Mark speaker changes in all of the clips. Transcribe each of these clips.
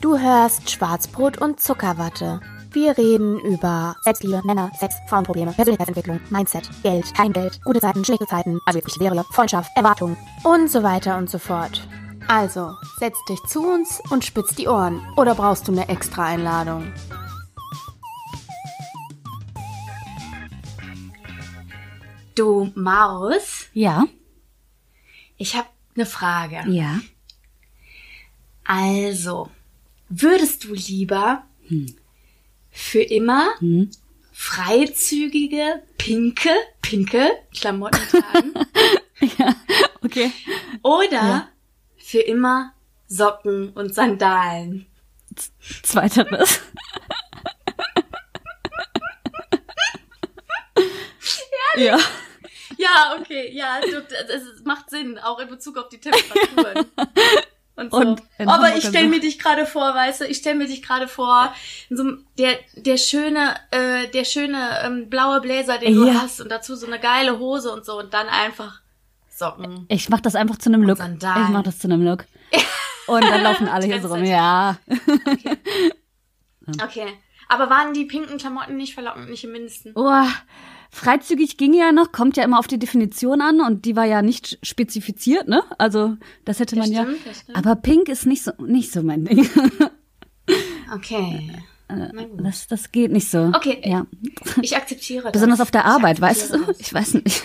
Speaker 1: Du hörst Schwarzbrot und Zuckerwatte. Wir reden über Selbstliebe, Männer, Sex, Frauenprobleme, Persönlichkeitsentwicklung, Mindset, Geld, kein Geld, gute Zeiten, schlechte Zeiten, also wirklich wäre, Freundschaft, Erwartungen und so weiter und so fort.
Speaker 2: Also, setz dich zu uns und spitz die Ohren. Oder brauchst du eine extra Einladung? Du, Marus,
Speaker 3: Ja,
Speaker 2: ich habe eine Frage.
Speaker 3: ja.
Speaker 2: Also, würdest du lieber
Speaker 3: Hm.
Speaker 2: für immer freizügige, pinke, pinke Klamotten tragen
Speaker 3: Okay.
Speaker 2: oder für immer Socken und Sandalen?
Speaker 3: Zweiteres. ja.
Speaker 2: Ja, okay, ja, du, das es macht Sinn, auch in Bezug auf die Temperaturen. Und so.
Speaker 3: Und in
Speaker 2: Aber
Speaker 3: Hamburg
Speaker 2: ich stelle
Speaker 3: also.
Speaker 2: mir dich gerade vor, weißt du, ich stelle mir dich gerade vor, in so einem- der, der schöne, äh, der schöne ähm, blaue Bläser, den du
Speaker 3: Ja.
Speaker 2: hast und dazu so eine geile Hose und so und dann einfach Socken.
Speaker 3: Ich mach das einfach zu einem Look.
Speaker 2: Sandalen.
Speaker 3: Ich mach das zu einem Look. Und dann laufen alle hier so rum. Ja. Mhm.
Speaker 2: Okay. Aber waren die pinken Klamotten nicht verlockend, nicht im mindesten?
Speaker 3: Oh, freizügig ging ja noch, kommt ja immer auf die Definition an und die war ja nicht spezifiziert, ne? Also, das hätte
Speaker 2: Das
Speaker 3: man ja.
Speaker 2: stimmt, das stimmt.
Speaker 3: Aber pink ist nicht so, nicht so mein Ding. Oh.
Speaker 2: Okay.
Speaker 3: Äh,
Speaker 2: Na gut.
Speaker 3: Das, das geht nicht so.
Speaker 2: Okay.
Speaker 3: Ja.
Speaker 2: Ich akzeptiere das.
Speaker 3: Besonders auf der
Speaker 2: Ich
Speaker 3: Arbeit, weißt
Speaker 2: akzeptiere
Speaker 3: du? Ich weiß nicht.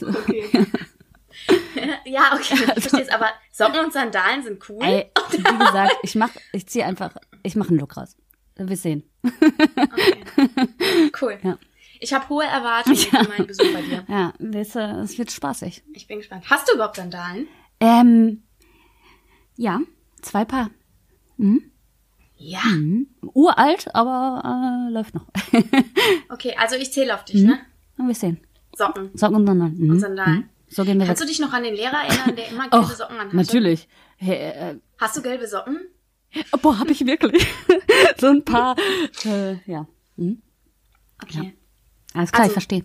Speaker 2: das. Okay. ja, okay, ich verstehe es, aber Socken und Sandalen sind cool.
Speaker 3: Also Ey, wie gesagt, ich mach, ich zieh einfach, ich mach einen Look raus. Wir sehen.
Speaker 2: Cool.
Speaker 3: Ja.
Speaker 2: Ich habe hohe Erwartungen für meinen Besuch bei dir.
Speaker 3: Ja, weißt du, es wird spaßig.
Speaker 2: Ich bin gespannt. Hast du überhaupt Sandalen?
Speaker 3: Ähm, ja, zwei Paar.
Speaker 2: Ja.
Speaker 3: Mhm. Uralt, aber äh, läuft noch.
Speaker 2: Okay, also ich zähle auf dich,
Speaker 3: Mhm.
Speaker 2: ne?
Speaker 3: Wir sehen.
Speaker 2: Socken.
Speaker 3: Socken und Sandalen. Mhm.
Speaker 2: Und Sandalen.
Speaker 3: Mhm. So gehen wir
Speaker 2: Kannst
Speaker 3: weg.
Speaker 2: du dich noch an den Lehrer erinnern, der immer gelbe
Speaker 3: Och,
Speaker 2: Socken anhatte?
Speaker 3: natürlich. Hey, äh,
Speaker 2: Hast du gelbe Socken?
Speaker 3: oh, boah, hab ich wirklich. so ein paar. Äh, ja,
Speaker 2: Okay.
Speaker 3: alles klar,
Speaker 2: Also-
Speaker 3: ich verstehe.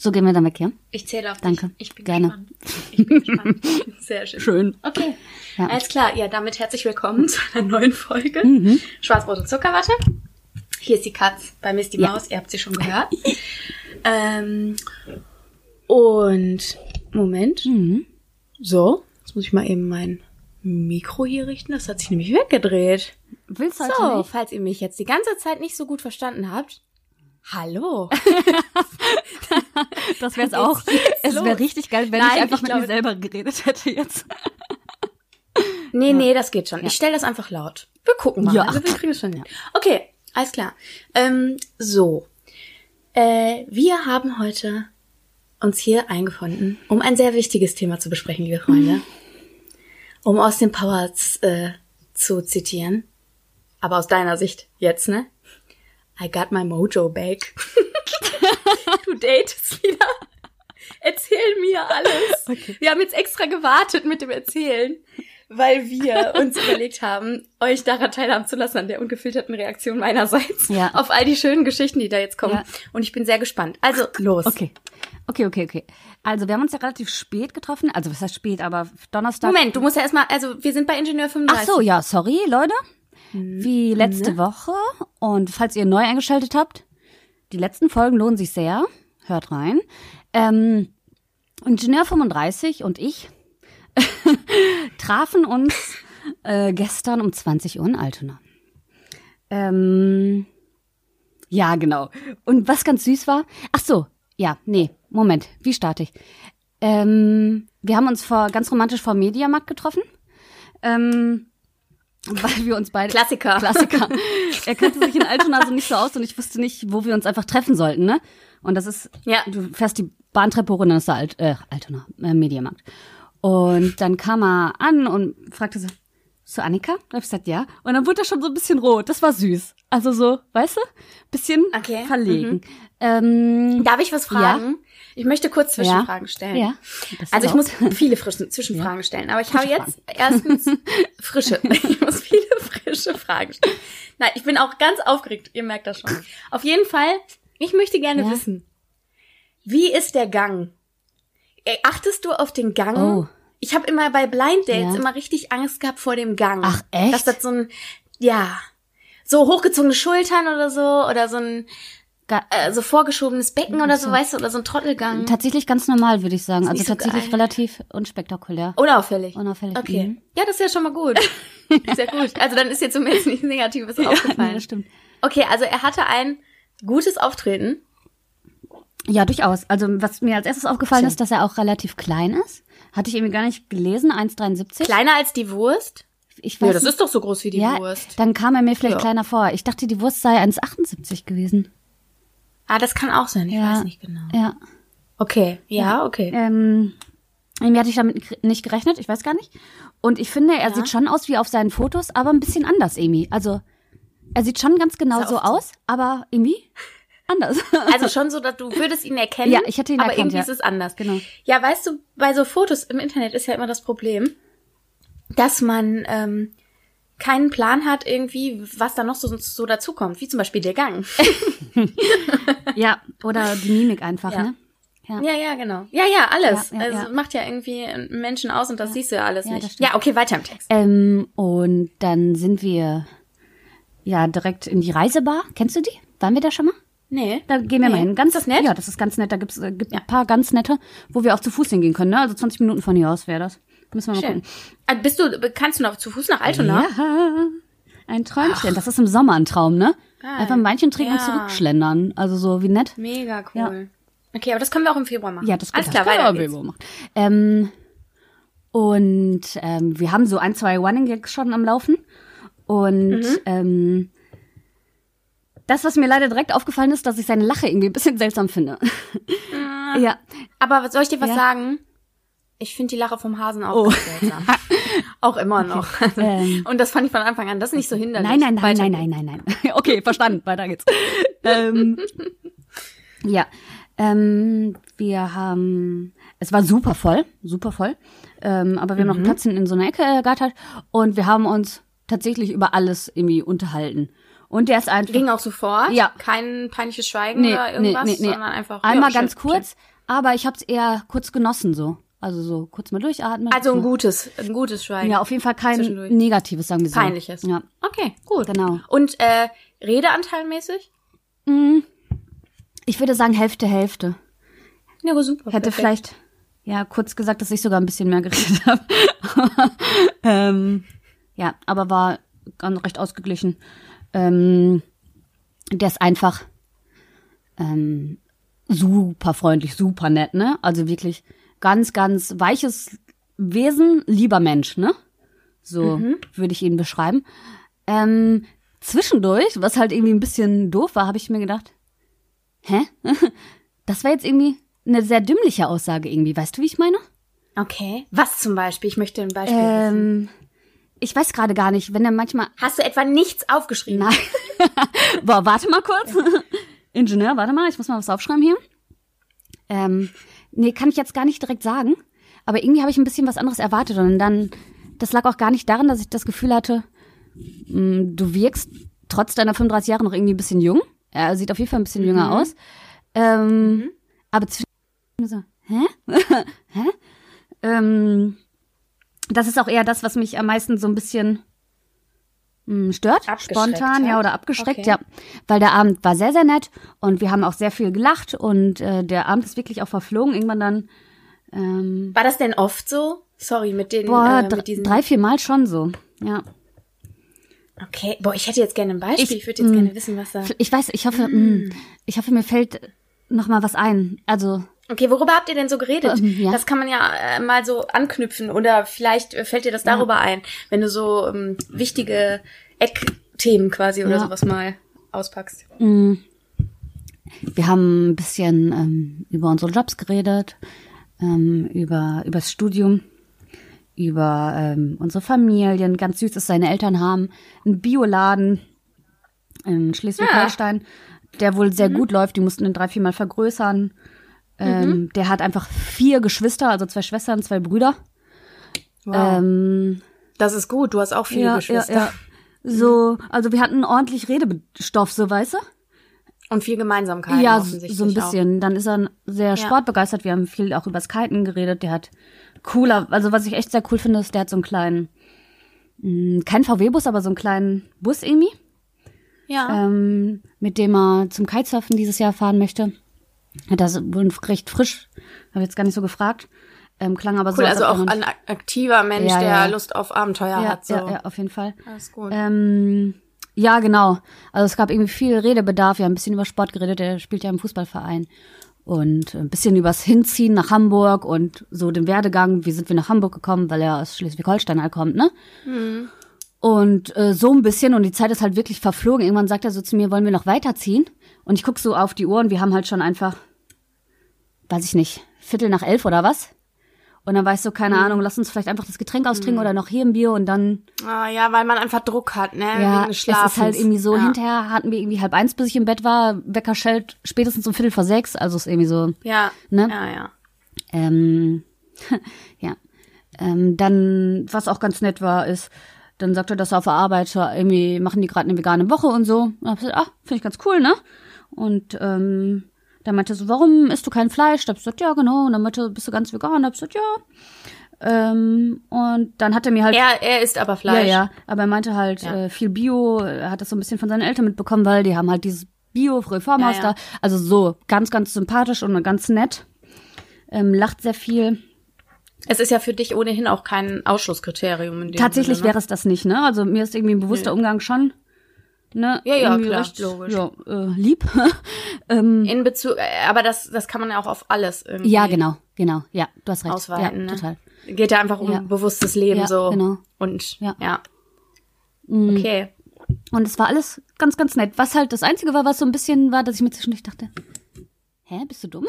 Speaker 3: So gehen wir dann weg, ja?
Speaker 2: Ich zähle auf
Speaker 3: Danke.
Speaker 2: dich. Ich bin
Speaker 3: Gerne.
Speaker 2: gespannt. Ich bin gespannt. Sehr schön.
Speaker 3: Schön.
Speaker 2: Okay.
Speaker 3: Ja.
Speaker 2: Alles klar. Ja, damit herzlich willkommen zu einer neuen Folge.
Speaker 3: Mhm.
Speaker 2: Schwarzbrot und Zuckerwatte. Hier ist die Katz. Bei mir ist die
Speaker 3: Ja.
Speaker 2: Maus. Ihr habt sie schon gehört. ähm, und Moment.
Speaker 3: Mhm.
Speaker 2: So, jetzt muss ich mal eben mein Mikro hier richten. Das hat sich nämlich weggedreht.
Speaker 3: Willst du heute
Speaker 2: So,
Speaker 3: nicht?
Speaker 2: falls ihr mich jetzt die ganze Zeit nicht so gut verstanden habt. Hallo.
Speaker 3: Das wär's auch. Es
Speaker 2: los.
Speaker 3: wäre richtig geil, wenn
Speaker 2: Nein,
Speaker 3: ich einfach
Speaker 2: ich
Speaker 3: mit
Speaker 2: glaube-
Speaker 3: mir selber geredet hätte jetzt.
Speaker 2: Nee, nee, das geht schon. Ich stelle das einfach laut. Wir gucken mal.
Speaker 3: Ja.
Speaker 2: Also wir kriegen es schon hin. Okay, alles klar. Ähm, so. Äh, wir haben heute uns hier eingefunden, um ein sehr wichtiges Thema zu besprechen, liebe Freunde. Um aus den Powers äh, zu zitieren. Aber aus deiner Sicht jetzt, ne? I got my mojo back. du datest wieder. Erzähl mir alles. Wir haben jetzt extra gewartet mit dem Erzählen, weil wir uns überlegt haben, euch daran teilhaben zu lassen, an der ungefilterten Reaktion meinerseits
Speaker 3: Ja.
Speaker 2: auf all die schönen Geschichten, die da jetzt kommen.
Speaker 3: Ja.
Speaker 2: Und ich bin sehr gespannt. Also, los.
Speaker 3: Okay. Okay, okay, okay. Also, wir haben uns ja relativ spät getroffen. Also, was heißt spät, aber Donnerstag.
Speaker 2: Moment, du musst ja erstmal, also wir sind bei Ingenieur
Speaker 3: Ach
Speaker 2: 35.
Speaker 3: so, ja, sorry, Leute. Wie letzte Woche. Und falls ihr neu eingeschaltet habt, die letzten Folgen lohnen sich sehr. Hört rein. Ähm, Ingenieur 35 und ich trafen uns äh, gestern um 20 Uhr in Altona. Ähm, ja, genau. Und was ganz süß war, ach so, ja, nee, Moment, wie starte ich? Ähm, wir haben uns vor, ganz romantisch vor dem Mediamarkt getroffen. Ähm, weil wir uns beide.
Speaker 2: Klassiker.
Speaker 3: Klassiker. Er kannte sich in Altona so nicht so aus und ich wusste nicht, wo wir uns einfach treffen sollten, ne? Und das ist,
Speaker 2: Ja.
Speaker 3: du fährst die Bahntreppe hoch und dann ist da Alt, äh, Altona, äh, Mediamarkt. Und dann kam er an und fragte so, so Annika? Da hab ich gesagt, ja. Und dann wurde er schon so ein bisschen rot. Das war süß. Also so, weißt du? Bisschen
Speaker 2: Okay, mhm.
Speaker 3: verlegen. Ähm,
Speaker 2: Darf ich was fragen? Ich möchte kurz Zwischenfragen
Speaker 3: ja.
Speaker 2: stellen.
Speaker 3: Ja. Das
Speaker 2: Also ich muss
Speaker 3: erlaubt.
Speaker 2: viele frische Zwischenfragen stellen, aber ich habe jetzt erstens frische, ich muss viele frische Fragen stellen. Nein, ich bin auch ganz aufgeregt, ihr merkt das schon. Auf jeden Fall, ich möchte gerne
Speaker 3: Ja.
Speaker 2: wissen, wie ist der Gang? Ey, Achtest Äh, du auf den Gang
Speaker 3: Oh,
Speaker 2: Ich habe immer bei Blind Dates
Speaker 3: Ja.
Speaker 2: immer richtig Angst gehabt vor dem Gang.
Speaker 3: Ach, echt?
Speaker 2: Dass das so ein, ja, so hochgezogene Schultern oder so, oder so ein
Speaker 3: Ga-
Speaker 2: äh, so vorgeschobenes Becken oder so, weißt du, oder so ein Trottelgang.
Speaker 3: Tatsächlich ganz normal, würde ich sagen. Also
Speaker 2: mhm. nicht so
Speaker 3: tatsächlich
Speaker 2: geil.
Speaker 3: relativ unspektakulär.
Speaker 2: Unauffällig.
Speaker 3: Unauffällig,
Speaker 2: Okay.
Speaker 3: mhm.
Speaker 2: Ja, das ist ja schon mal gut. Sehr gut. Also dann ist dir zumindest nichts Negatives
Speaker 3: Nee,
Speaker 2: aufgefallen.
Speaker 3: das stimmt.
Speaker 2: Okay, also er hatte ein gutes Auftreten.
Speaker 3: Ja, durchaus. Also was mir als erstes aufgefallen
Speaker 2: Schön.
Speaker 3: ist, dass er auch relativ klein ist. Hatte ich irgendwie gar nicht gelesen, 1,73.
Speaker 2: Kleiner als die Wurst.
Speaker 3: Ich weiß
Speaker 2: Ja, das
Speaker 3: nicht.
Speaker 2: ist doch so groß wie die
Speaker 3: ja,
Speaker 2: Wurst.
Speaker 3: Dann kam er mir vielleicht
Speaker 2: Ja.
Speaker 3: kleiner vor. Ich dachte, die Wurst sei 1,78 gewesen.
Speaker 2: Ah, das kann auch sein. Ich
Speaker 3: Ja.
Speaker 2: weiß nicht genau.
Speaker 3: Ja.
Speaker 2: Okay. Ja, okay.
Speaker 3: Ähm, irgendwie hatte ich damit gere- nicht gerechnet, ich weiß gar nicht. Und ich finde, er
Speaker 2: Ja.
Speaker 3: sieht schon aus wie auf seinen Fotos, aber ein bisschen anders, Amy. Also, er sieht schon ganz genau
Speaker 2: Ist
Speaker 3: so
Speaker 2: ja oft
Speaker 3: aus, aber irgendwie anders.
Speaker 2: Also schon so, dass du würdest ihn erkennen.
Speaker 3: Ja, ich hätte ihn
Speaker 2: aber
Speaker 3: erkannt,
Speaker 2: irgendwie
Speaker 3: ja.
Speaker 2: ist es anders.
Speaker 3: Genau.
Speaker 2: Ja, weißt du, bei so Fotos im Internet ist ja immer das Problem, dass man ähm, keinen Plan hat irgendwie, was da noch so, so dazukommt. Wie zum Beispiel der Gang.
Speaker 3: ja, oder die Mimik einfach,
Speaker 2: Ja.
Speaker 3: ne? Ja.
Speaker 2: Ja, ja, genau. Ja, ja, alles.
Speaker 3: Ja, ja,
Speaker 2: also
Speaker 3: ja.
Speaker 2: macht ja irgendwie einen Menschen aus und das siehst du ja alles
Speaker 3: Ja, das
Speaker 2: nicht.
Speaker 3: stimmt.
Speaker 2: Ja, okay, weiter im Text.
Speaker 3: Ähm, und dann sind wir ja direkt in die Reisebar. Kennst du die? Waren wir da schon mal?
Speaker 2: Nee.
Speaker 3: Da gehen
Speaker 2: Nee.
Speaker 3: wir mal hin. Ganz,
Speaker 2: Ist das nett?
Speaker 3: Ja, das ist ganz nett. Da gibt's, äh, gibt ein paar ganz nette, wo wir auch zu Fuß hingehen können. Ne? Also 20 Minuten von hier aus wäre das. Müssen wir mal
Speaker 2: Schön.
Speaker 3: gucken.
Speaker 2: Ah, Bist du, kannst du noch zu Fuß nach Altona?
Speaker 3: Ja, ein Träumchen. Das ist im Sommer ein Traum, ne?
Speaker 2: Geil.
Speaker 3: Einfach ein Weinchen trinken und
Speaker 2: Ja.
Speaker 3: zurückschlendern. Also so, wie nett.
Speaker 2: Mega cool. Okay, aber das können wir auch im Februar machen.
Speaker 3: Ja, das
Speaker 2: Alles
Speaker 3: geht.
Speaker 2: klar,
Speaker 3: Das können
Speaker 2: weiter
Speaker 3: wir
Speaker 2: geht's.
Speaker 3: aber machen. Ähm, und ähm, wir haben so ein, zwei Running Gags schon am Laufen. Und
Speaker 2: Mhm.
Speaker 3: ähm, das, was mir leider direkt aufgefallen ist, dass ich seine Lache irgendwie ein bisschen seltsam finde.
Speaker 2: Ah.
Speaker 3: ja,
Speaker 2: Aber soll ich dir was
Speaker 3: Ja. Oh.
Speaker 2: sagen? Ich finde die Lache vom Hasen auch ganz seltsam. auch immer noch.
Speaker 3: Ähm.
Speaker 2: Und das fand ich von Anfang an. Das ist nicht so hinderlich.
Speaker 3: Nein, nein, nein,
Speaker 2: Weiter
Speaker 3: nein, nein, nein, nein. Okay, verstanden. Weiter geht's. ähm, ja, ähm, wir haben, es war super voll, super voll. Ähm, aber wir haben noch einen
Speaker 2: Mhm.
Speaker 3: Platz in, in so einer Ecke ergattert und wir haben uns tatsächlich über alles irgendwie unterhalten. Und der ist einfach
Speaker 2: Ging auch sofort.
Speaker 3: Ja.
Speaker 2: Kein peinliches Schweigen oder irgendwas, sondern einfach.
Speaker 3: einmal
Speaker 2: ja,
Speaker 3: ganz
Speaker 2: schön,
Speaker 3: kurz, aber ich habe es eher kurz genossen so. Also so kurz mal durchatmen.
Speaker 2: schön. Also ein
Speaker 3: kurz mal-
Speaker 2: gutes, ein gutes Schweigen.
Speaker 3: ja, auf jeden Fall kein
Speaker 2: Zwischendurch.
Speaker 3: negatives, sagen wir so.
Speaker 2: Peinliches.
Speaker 3: Ja.
Speaker 2: Okay, gut.
Speaker 3: Genau.
Speaker 2: Und äh, Redeanteilmäßig?
Speaker 3: Ich würde sagen Hälfte Hälfte.
Speaker 2: Ja, aber super.
Speaker 3: Hätte
Speaker 2: perfekt.
Speaker 3: vielleicht, ja, kurz gesagt, dass ich sogar ein bisschen mehr geredet habe. ähm, ja, aber war ganz recht ausgeglichen. Ähm, der ist einfach ähm, super freundlich, super nett, ne? Also wirklich ganz, ganz weiches Wesen, lieber Mensch, ne? So
Speaker 2: Mhm.
Speaker 3: würde ich ihn beschreiben. Ähm, zwischendurch, was halt irgendwie ein bisschen doof war, habe ich mir gedacht, hä? Das war jetzt irgendwie eine sehr dümmliche Aussage irgendwie. Weißt du, wie ich meine?
Speaker 2: Okay. Was zum Beispiel? Ich möchte ein Beispiel wissen.
Speaker 3: Ähm, ich weiß gerade gar nicht, wenn er manchmal...
Speaker 2: Hast du etwa nichts aufgeschrieben?
Speaker 3: Nein. Boah, warte mal kurz. Ingenieur, warte mal, ich muss mal was aufschreiben hier. Ähm, nee, kann ich jetzt gar nicht direkt sagen. Aber irgendwie habe ich ein bisschen was anderes erwartet. Und dann, das lag auch gar nicht daran, dass ich das Gefühl hatte, mh, Ähm, du wirkst trotz deiner 35 Jahre noch irgendwie ein bisschen jung. Er sieht auf jeden Fall ein bisschen
Speaker 2: Mhm.
Speaker 3: jünger aus. Ähm, Aber zwischen so, hä? hä? Ähm, das ist auch eher das, was mich am meisten so ein bisschen mh, stört.
Speaker 2: Abgeschreckt
Speaker 3: Spontan, ja,
Speaker 2: hat.
Speaker 3: oder abgeschreckt,
Speaker 2: Okay.
Speaker 3: ja. Weil der Abend war sehr, sehr nett und wir haben auch sehr viel gelacht und äh, der Abend ist wirklich auch verflogen. Irgendwann dann, ähm,
Speaker 2: War das denn oft so? Sorry, mit den,
Speaker 3: boah,
Speaker 2: äh,
Speaker 3: dr-
Speaker 2: mit diesen.
Speaker 3: drei, vier Mal schon so. Ja.
Speaker 2: Okay, boah, ich hätte jetzt gerne ein Beispiel. Ich,
Speaker 3: Ich-
Speaker 2: würde jetzt
Speaker 3: mm.
Speaker 2: gerne wissen, was da.
Speaker 3: Ich weiß, ich hoffe, mh, ich hoffe, mir fällt noch mal was ein. Also,
Speaker 2: Okay, worüber habt ihr denn so geredet?
Speaker 3: Ähm, ja.
Speaker 2: Das kann man ja äh, mal so anknüpfen oder vielleicht äh, fällt dir das darüber ein, wenn du so ähm, wichtige Eckthemen quasi oder
Speaker 3: Ja.
Speaker 2: sowas mal auspackst.
Speaker 3: Wir haben ein bisschen ähm, über unsere Jobs geredet, ähm, über übers Studium, über ähm, unsere Familien. Ganz süß, dass seine Eltern haben einen Bioladen in Schleswig-Holstein, der wohl sehr gut läuft. Die mussten ihn drei, viermal vergrößern. Ähm, Der hat einfach vier Geschwister, also zwei Schwestern, zwei Brüder. Ähm,
Speaker 2: das ist gut, du hast auch viele Geschwister
Speaker 3: ja. So, also wir hatten ordentlich Redestoff, so weißt du?
Speaker 2: und viel Gemeinsamkeiten
Speaker 3: Ja, so
Speaker 2: offensichtlich
Speaker 3: so ein
Speaker 2: auch.
Speaker 3: bisschen. Dann ist er sehr sportbegeistert. Wir haben viel auch übers Kiten geredet. Der hat cooler, also was ich echt sehr cool finde, ist, der hat so einen kleinen, mh, kein VW-Bus, aber so einen kleinen Bus irgendwie,
Speaker 2: Ja.
Speaker 3: ähm, mit dem er zum Kitesurfen dieses Jahr fahren möchte. Hat das wohl recht frisch, habe jetzt gar nicht so gefragt. Ähm, klang aber so.
Speaker 2: cool,
Speaker 3: als
Speaker 2: also
Speaker 3: ob
Speaker 2: auch
Speaker 3: er-
Speaker 2: ein ak- aktiver Mensch,
Speaker 3: Ja,
Speaker 2: der
Speaker 3: ja.
Speaker 2: Lust auf Abenteuer
Speaker 3: ja,
Speaker 2: hat. So.
Speaker 3: ja, ja, auf jeden Fall.
Speaker 2: Alles gut.
Speaker 3: Ähm, ja, genau. Also es gab irgendwie viel Redebedarf. Wir haben ein bisschen über Sport geredet. Er spielt ja im Fußballverein. Und ein bisschen übers Hinziehen nach Hamburg und so den Werdegang. Wie sind wir nach Hamburg gekommen? Weil er aus Schleswig-Holstein halt kommt, ne? Und äh, so ein bisschen. Und die Zeit ist halt wirklich verflogen. Irgendwann sagt er so zu mir, wollen wir noch weiterziehen? Und ich guck so auf die Uhr und wir haben halt schon einfach, weiß ich nicht, Viertel nach elf oder was? Und dann war ich so, keine Ahnung, lass uns vielleicht einfach das Getränk austrinken oder noch hier ein Bier und dann
Speaker 2: Ah, ja, weil man einfach Druck hat, ne?
Speaker 3: ja,
Speaker 2: Wegen des
Speaker 3: es ist halt
Speaker 2: Schlafens.
Speaker 3: irgendwie so,
Speaker 2: ja.
Speaker 3: hinterher hatten wir irgendwie halb eins, bis ich im Bett war, Wecker schellt spätestens um Viertel vor sechs, also ist irgendwie so,
Speaker 2: Ja.
Speaker 3: Ne?
Speaker 2: ja, ja.
Speaker 3: ähm, ja. Ähm, dann, was auch ganz nett war, ist, dann sagte er, dass er auf der Arbeit schon irgendwie machen die gerade eine vegane Woche und so. Und hab gesagt, ah, finde ich ganz cool, ne? Und ähm, dann meinte er so, warum isst du kein Fleisch? Da hab ich gesagt, ja, genau. Und dann meinte er, bist du ganz vegan? Da hab ich gesagt, ja. Ähm, und dann hat er mir halt
Speaker 2: Er, er isst aber Fleisch.
Speaker 3: Ja, ja, aber er meinte halt
Speaker 2: Ja.
Speaker 3: äh, viel Bio, er hat das so ein bisschen von seinen Eltern mitbekommen, weil die haben halt dieses Bio, frühe Farmhaus
Speaker 2: Ja, ja.
Speaker 3: da. Also so ganz, ganz sympathisch und ganz nett. Ähm, lacht sehr viel.
Speaker 2: Es ist ja für dich ohnehin auch kein Ausschlusskriterium. In dem
Speaker 3: Tatsächlich
Speaker 2: Sinne,
Speaker 3: wäre es das nicht, ne? Also mir ist irgendwie ein bewusster Umgang schon. Ne?
Speaker 2: Ja, ja,
Speaker 3: Irgendwie
Speaker 2: klar, logisch.
Speaker 3: Ja, äh, lieb.
Speaker 2: ne? in Bezug, äh, aber das, das kann man ja auch auf alles irgendwie
Speaker 3: ja, genau, genau. Ja, du hast recht.
Speaker 2: ausweiten.
Speaker 3: ja,
Speaker 2: ne?
Speaker 3: total.
Speaker 2: Geht ja einfach um
Speaker 3: Ja.
Speaker 2: bewusstes Leben
Speaker 3: Ja,
Speaker 2: so.
Speaker 3: genau.
Speaker 2: Und ja.
Speaker 3: Ja. Mm.
Speaker 2: Okay.
Speaker 3: Und es war alles ganz, ganz nett. Was halt das Einzige war, was so ein bisschen war, dass ich mir zwischendurch dachte, hä, bist du dumm?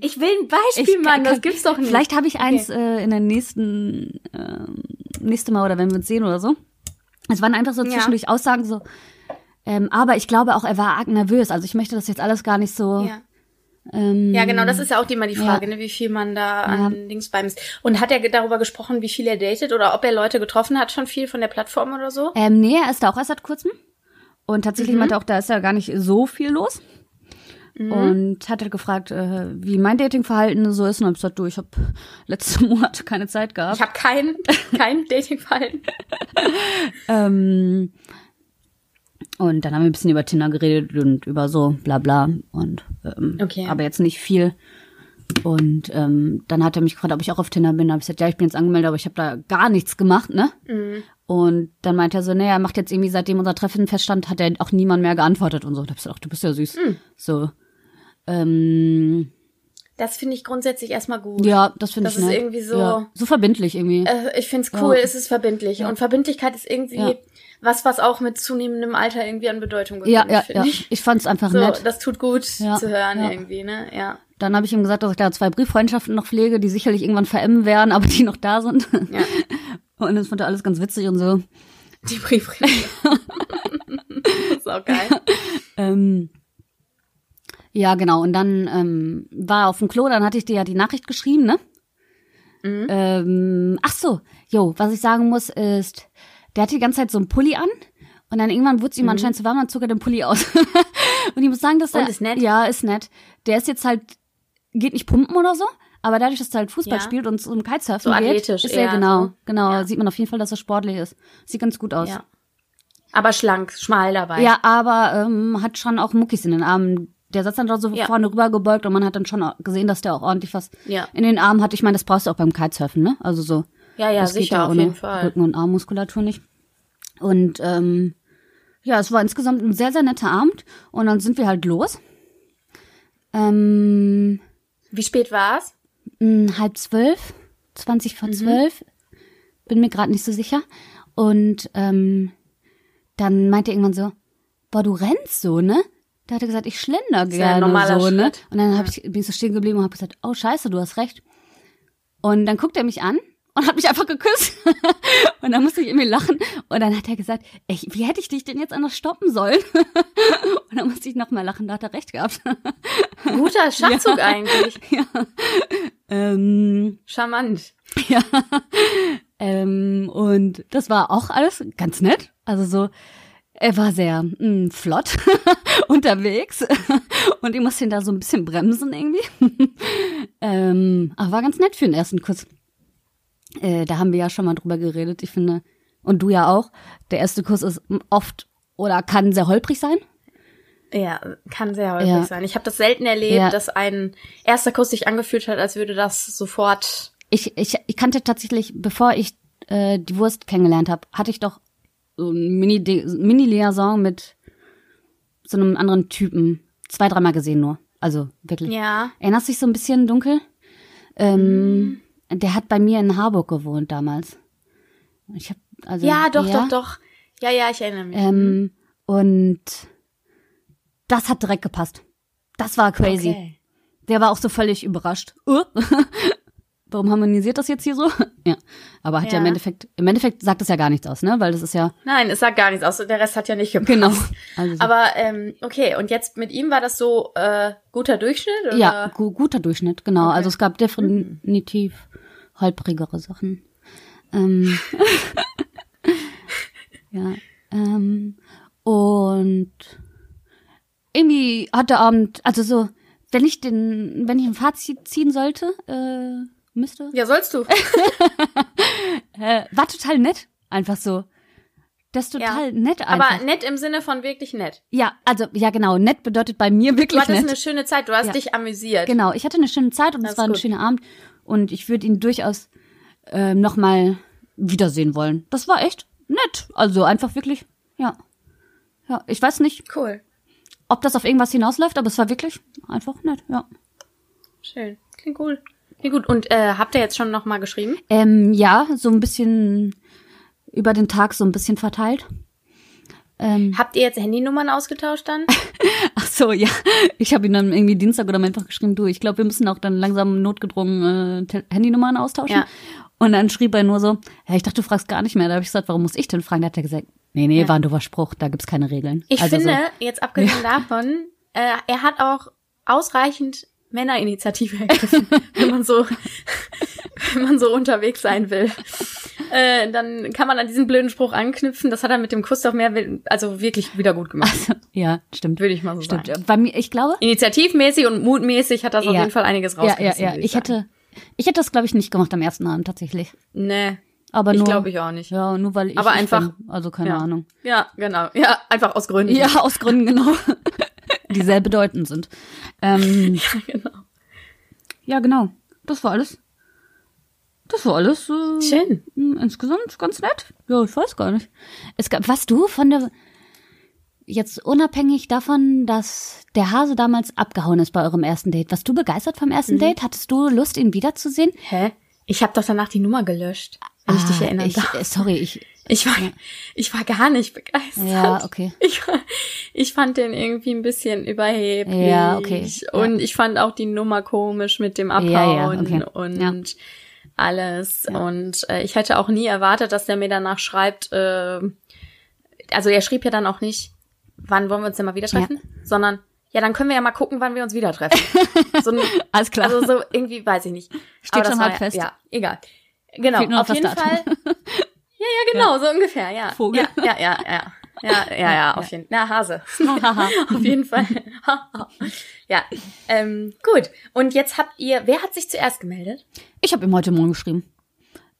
Speaker 2: Ich will ein Beispiel,
Speaker 3: kann-
Speaker 2: Mann, das
Speaker 3: kann-
Speaker 2: gibt's doch nicht.
Speaker 3: Vielleicht habe ich eins äh, in der nächsten, ähm, nächste Mal oder wenn wir uns sehen oder so. Es waren einfach so
Speaker 2: Ja.
Speaker 3: zwischendurch Aussagen so. Ähm, aber ich glaube auch, er war arg nervös. Also ich möchte das jetzt alles gar nicht so.
Speaker 2: ja.
Speaker 3: Ähm,
Speaker 2: ja, genau, das ist ja auch immer die Frage,
Speaker 3: Ja.
Speaker 2: ne, wie viel man da an Dings beimisst. Und hat er ge- darüber gesprochen, wie viel er datet oder ob er Leute getroffen hat, schon viel von der Plattform oder so?
Speaker 3: Ähm, nee, er ist da auch erst seit kurzem. Und tatsächlich
Speaker 2: Mhm.
Speaker 3: meinte er auch, da ist ja gar nicht so viel los. Und hat halt gefragt, äh, wie mein Datingverhalten so ist. Und halt hab gesagt, du, ich habe letzten Monat keine Zeit gehabt.
Speaker 2: Ich habe kein, kein Datingverhalten.
Speaker 3: Ähm, und dann haben wir ein bisschen über Tinder geredet und über so bla bla und ähm,
Speaker 2: Okay.
Speaker 3: aber jetzt nicht viel. Und ähm, dann hat er mich gefragt, ob ich auch auf Tinder bin. Da habe ich gesagt, ja, ich bin jetzt angemeldet, aber ich habe da gar nichts gemacht, ne?
Speaker 2: Mhm.
Speaker 3: Und dann meinte er so, naja, er macht jetzt irgendwie, seitdem unser Treffen feststand, hat er auch niemand mehr geantwortet und so. Da hab ich gesagt, ach, du bist ja süß.
Speaker 2: Mhm.
Speaker 3: So. Ähm,
Speaker 2: Das finde ich grundsätzlich erstmal gut.
Speaker 3: ja, das finde
Speaker 2: Das
Speaker 3: ich
Speaker 2: ist
Speaker 3: nett.
Speaker 2: irgendwie so-
Speaker 3: Ja, so verbindlich irgendwie.
Speaker 2: Äh, Ich find's cool, es ist verbindlich. Und Verbindlichkeit ist irgendwie
Speaker 3: Ja.
Speaker 2: was, was auch mit zunehmendem Alter irgendwie an Bedeutung gewinnt,
Speaker 3: ja, ja,
Speaker 2: finde
Speaker 3: ja.
Speaker 2: ich.
Speaker 3: Ich fand's einfach
Speaker 2: So,
Speaker 3: nett.
Speaker 2: das tut gut
Speaker 3: Ja,
Speaker 2: zu hören
Speaker 3: ja.
Speaker 2: irgendwie, ne? Ja.
Speaker 3: Dann habe ich ihm gesagt, dass ich da zwei Brieffreundschaften noch pflege, die sicherlich irgendwann verämmen werden, aber die noch da sind.
Speaker 2: ja.
Speaker 3: Und das fand er alles ganz witzig und so.
Speaker 2: Die Briefringe. das ist auch geil.
Speaker 3: Ähm, ja, genau. Und dann ähm, war er auf dem Klo, dann hatte ich dir ja die Nachricht geschrieben, ne?
Speaker 2: Mhm.
Speaker 3: Ähm, ach so, jo, was ich sagen muss ist, der hatte die ganze Zeit so einen Pulli an und dann irgendwann wurde es ihm anscheinend zu warm, dann zog er den Pulli aus. und ich muss sagen, dass
Speaker 2: Mhm. Und
Speaker 3: er
Speaker 2: ist nett.
Speaker 3: ja ist nett. Der ist jetzt halt geht nicht pumpen oder so, aber dadurch, dass er halt Fußball
Speaker 2: Ja.
Speaker 3: spielt und zum Kitesurfen
Speaker 2: So
Speaker 3: geht,
Speaker 2: athletisch
Speaker 3: ist er
Speaker 2: eher
Speaker 3: genau,
Speaker 2: so.
Speaker 3: genau,
Speaker 2: Ja.
Speaker 3: sieht man auf jeden Fall, dass er sportlich ist. Sieht ganz gut aus.
Speaker 2: Ja. Aber schlank, schmal dabei.
Speaker 3: Ja, aber ähm, hat schon auch Muckis in den Armen. Der saß dann dort so
Speaker 2: Ja.
Speaker 3: vorne rüber gebeugt und man hat dann schon auch gesehen, dass der auch ordentlich was
Speaker 2: Ja.
Speaker 3: in den Armen hat. Ich meine, das brauchst du auch beim Kitesurfen, ne? Also so.
Speaker 2: Ja, ja,
Speaker 3: das geht
Speaker 2: sicher,
Speaker 3: ja ne?
Speaker 2: auf
Speaker 3: ohne
Speaker 2: jeden Fall.
Speaker 3: Rücken- und Armmuskulatur nicht. Und ähm, ja, es war insgesamt ein sehr, sehr netter Abend. Und dann sind wir halt los. Ähm,
Speaker 2: Wie spät war's?
Speaker 3: mh, mm, halb zwölf, 20
Speaker 2: Mhm.
Speaker 3: vor zwölf, bin mir gerade nicht so sicher. Und ähm, dann meinte er irgendwann so, boah, du rennst so, ne? Da hat er gesagt, ich schlender
Speaker 2: ja ein
Speaker 3: gerne
Speaker 2: normaler
Speaker 3: so, ne?
Speaker 2: Schritt.
Speaker 3: Und dann hab ich, bin ich so stehen geblieben und habe gesagt, oh scheiße, du hast recht. Und dann guckt er mich an und hat mich einfach geküsst. und dann musste ich irgendwie lachen. Und dann hat er gesagt, ey, wie hätte ich dich denn jetzt anders stoppen sollen? und dann musste ich nochmal lachen, da hat er recht gehabt.
Speaker 2: Guter Schachzug eigentlich.
Speaker 3: ähm,
Speaker 2: Charmant.
Speaker 3: Ähm, und das war auch alles ganz nett. Also so, Er war sehr mm, flott unterwegs und ich musste ihn da so ein bisschen bremsen irgendwie. ähm, aber war ganz nett für den ersten Kuss. Äh, da haben wir ja schon mal drüber geredet, ich finde. Und du ja auch. Der erste Kuss ist oft oder kann sehr holprig sein.
Speaker 2: Ja, kann sehr häufig
Speaker 3: Ja.
Speaker 2: sein. Ich habe das selten erlebt,
Speaker 3: Ja.
Speaker 2: dass ein erster Kuss sich angefühlt hat, als würde das sofort.
Speaker 3: ich, ich, ich kannte tatsächlich, bevor ich äh, die Wurst kennengelernt habe, hatte ich doch so ein Mini- Mini-Liaison mit so einem anderen Typen. Zwei, dreimal gesehen nur. Also wirklich.
Speaker 2: Ja.
Speaker 3: Erinnerst dich so ein bisschen dunkel?
Speaker 2: Mm.
Speaker 3: Ähm, Der hat bei mir in Harburg gewohnt damals. Ich hab, also,
Speaker 2: Ja, doch, doch, doch. Ja, ja, ich erinnere mich.
Speaker 3: Ähm, und das hat direkt gepasst. Das war crazy.
Speaker 2: Okay.
Speaker 3: Der war auch so völlig überrascht. Uh? Warum harmonisiert das jetzt hier so? ja. Aber hat ja.
Speaker 2: Ja.
Speaker 3: im Endeffekt, im Endeffekt sagt das ja gar nichts aus, ne? Weil das ist ja,
Speaker 2: Nein, es sagt gar nichts aus. Der Rest hat ja nicht gepasst.
Speaker 3: genau. Also, so-
Speaker 2: Aber ähm, okay, und jetzt mit ihm war das so äh, guter Durchschnitt? Oder?
Speaker 3: ja, gu guter Durchschnitt, genau. Also es gab definitiv holprigere Sachen. Ähm, ja. Ähm, und irgendwie hat der Abend, also so, wenn ich den, wenn ich ein Fazit ziehen sollte, äh, müsste,
Speaker 2: Ja, sollst du.
Speaker 3: äh, war total nett, einfach so. Das ist
Speaker 2: Ja.
Speaker 3: total nett einfach.
Speaker 2: Aber nett im Sinne von wirklich nett.
Speaker 3: ja, also ja genau, nett bedeutet bei mir
Speaker 2: Du
Speaker 3: wirklich
Speaker 2: hattest
Speaker 3: nett.
Speaker 2: eine schöne Zeit, du hast
Speaker 3: Ja.
Speaker 2: dich amüsiert.
Speaker 3: Genau, ich hatte eine schöne Zeit und
Speaker 2: Das
Speaker 3: es war ein
Speaker 2: ist gut.
Speaker 3: schöner Abend und ich würde ihn durchaus ähm, nochmal wiedersehen wollen. Das war echt nett. Also einfach wirklich, ja. Ja, ich weiß nicht,
Speaker 2: Cool.
Speaker 3: ob das auf irgendwas hinausläuft, aber es war wirklich einfach nett, ja.
Speaker 2: Schön. Klingt cool. Klingt gut. Und äh, habt ihr jetzt schon nochmal geschrieben?
Speaker 3: Ähm, ja, so ein bisschen über den Tag so ein bisschen verteilt. Ähm,
Speaker 2: Habt ihr jetzt Handynummern ausgetauscht dann?
Speaker 3: ach so, ja. Ich habe ihm dann irgendwie Dienstag oder Mittwoch geschrieben, du, ich glaube, wir müssen auch dann langsam notgedrungen äh, Te- Handynummern austauschen.
Speaker 2: Ja.
Speaker 3: Und dann schrieb er nur so, ja, ich dachte, du fragst gar nicht mehr. Da habe ich gesagt, warum muss ich denn fragen? Da hat er gesagt, nee, nee, war ein doofer Spruch, da gibt's keine Regeln.
Speaker 2: Ich
Speaker 3: Also
Speaker 2: finde, jetzt abgesehen davon, äh, er hat auch ausreichend Männerinitiative ergriffen, wenn man so, wenn man so unterwegs sein will. Äh, dann kann man an diesen blöden Spruch anknüpfen. Das hat er mit dem Kuss doch mehr, will- also wirklich wieder gut gemacht,
Speaker 3: so, ja, stimmt.
Speaker 2: würde ich mal so
Speaker 3: Stimmt.
Speaker 2: sagen.
Speaker 3: Bei mir, ich glaube,
Speaker 2: Initiativmäßig und mutmäßig hat das auf
Speaker 3: Ja.
Speaker 2: jeden Fall einiges
Speaker 3: ja,
Speaker 2: rausgerissen.
Speaker 3: ja, ja.
Speaker 2: würde
Speaker 3: Ich hätte, ich hätte das, glaube ich, nicht gemacht am ersten Abend tatsächlich.
Speaker 2: sagen. Nee,
Speaker 3: Aber
Speaker 2: ich
Speaker 3: nur,
Speaker 2: glaube ich auch nicht.
Speaker 3: ja, nur weil ich,
Speaker 2: Aber
Speaker 3: ich
Speaker 2: einfach-
Speaker 3: bin. also keine
Speaker 2: ja.
Speaker 3: Ahnung.
Speaker 2: Ja, genau. Ja, einfach aus Gründen.
Speaker 3: Ja, aus Gründen genau, die sehr bedeutend sind. Ähm,
Speaker 2: genau.
Speaker 3: Ja, genau. Das war alles. Das war alles äh,
Speaker 2: Schön.
Speaker 3: m, insgesamt ganz nett. Ja, ich weiß gar nicht. Es gab, was du von der, jetzt unabhängig davon, dass der Hase damals abgehauen ist bei eurem ersten Date. Warst du begeistert vom ersten
Speaker 2: Mhm.
Speaker 3: Date? Hattest du Lust, ihn wiederzusehen?
Speaker 2: Hä? Ich habe doch danach die Nummer gelöscht, wenn ich dich
Speaker 3: Ah,
Speaker 2: erinnern
Speaker 3: ich,
Speaker 2: darf.
Speaker 3: äh, Sorry, ich,
Speaker 2: Ich war, ich war gar nicht begeistert.
Speaker 3: ja, okay.
Speaker 2: Ich, war- ich fand den irgendwie ein bisschen überheblich.
Speaker 3: Ja, okay. Ja.
Speaker 2: Und ich fand auch die Nummer komisch mit dem Abhauen
Speaker 3: Ja, ja, okay.
Speaker 2: und
Speaker 3: Ja.
Speaker 2: alles. Und äh, ich hätte auch nie erwartet, dass der mir danach schreibt, äh, also er schrieb ja dann auch nicht, wann wollen wir uns denn mal wieder treffen, sondern ja, dann können wir ja mal gucken, wann wir uns wieder treffen. so ein,
Speaker 3: Alles klar.
Speaker 2: also so irgendwie, weiß ich nicht.
Speaker 3: Steht
Speaker 2: das
Speaker 3: schon
Speaker 2: war
Speaker 3: halb
Speaker 2: ja-
Speaker 3: fest.
Speaker 2: Ja, egal. Genau,
Speaker 3: Fehlt nur noch
Speaker 2: auf
Speaker 3: das
Speaker 2: jeden
Speaker 3: Datum.
Speaker 2: Fall. Ja, ja, genau, so ungefähr, ja.
Speaker 3: Vogel.
Speaker 2: Ja, ja, ja, ja. Ja, ja, ja, auf jeden Fall. Na, Hase. auf jeden Fall. ja, ähm, gut. Und jetzt habt ihr, wer hat sich zuerst gemeldet?
Speaker 3: Ich habe ihm heute Morgen geschrieben.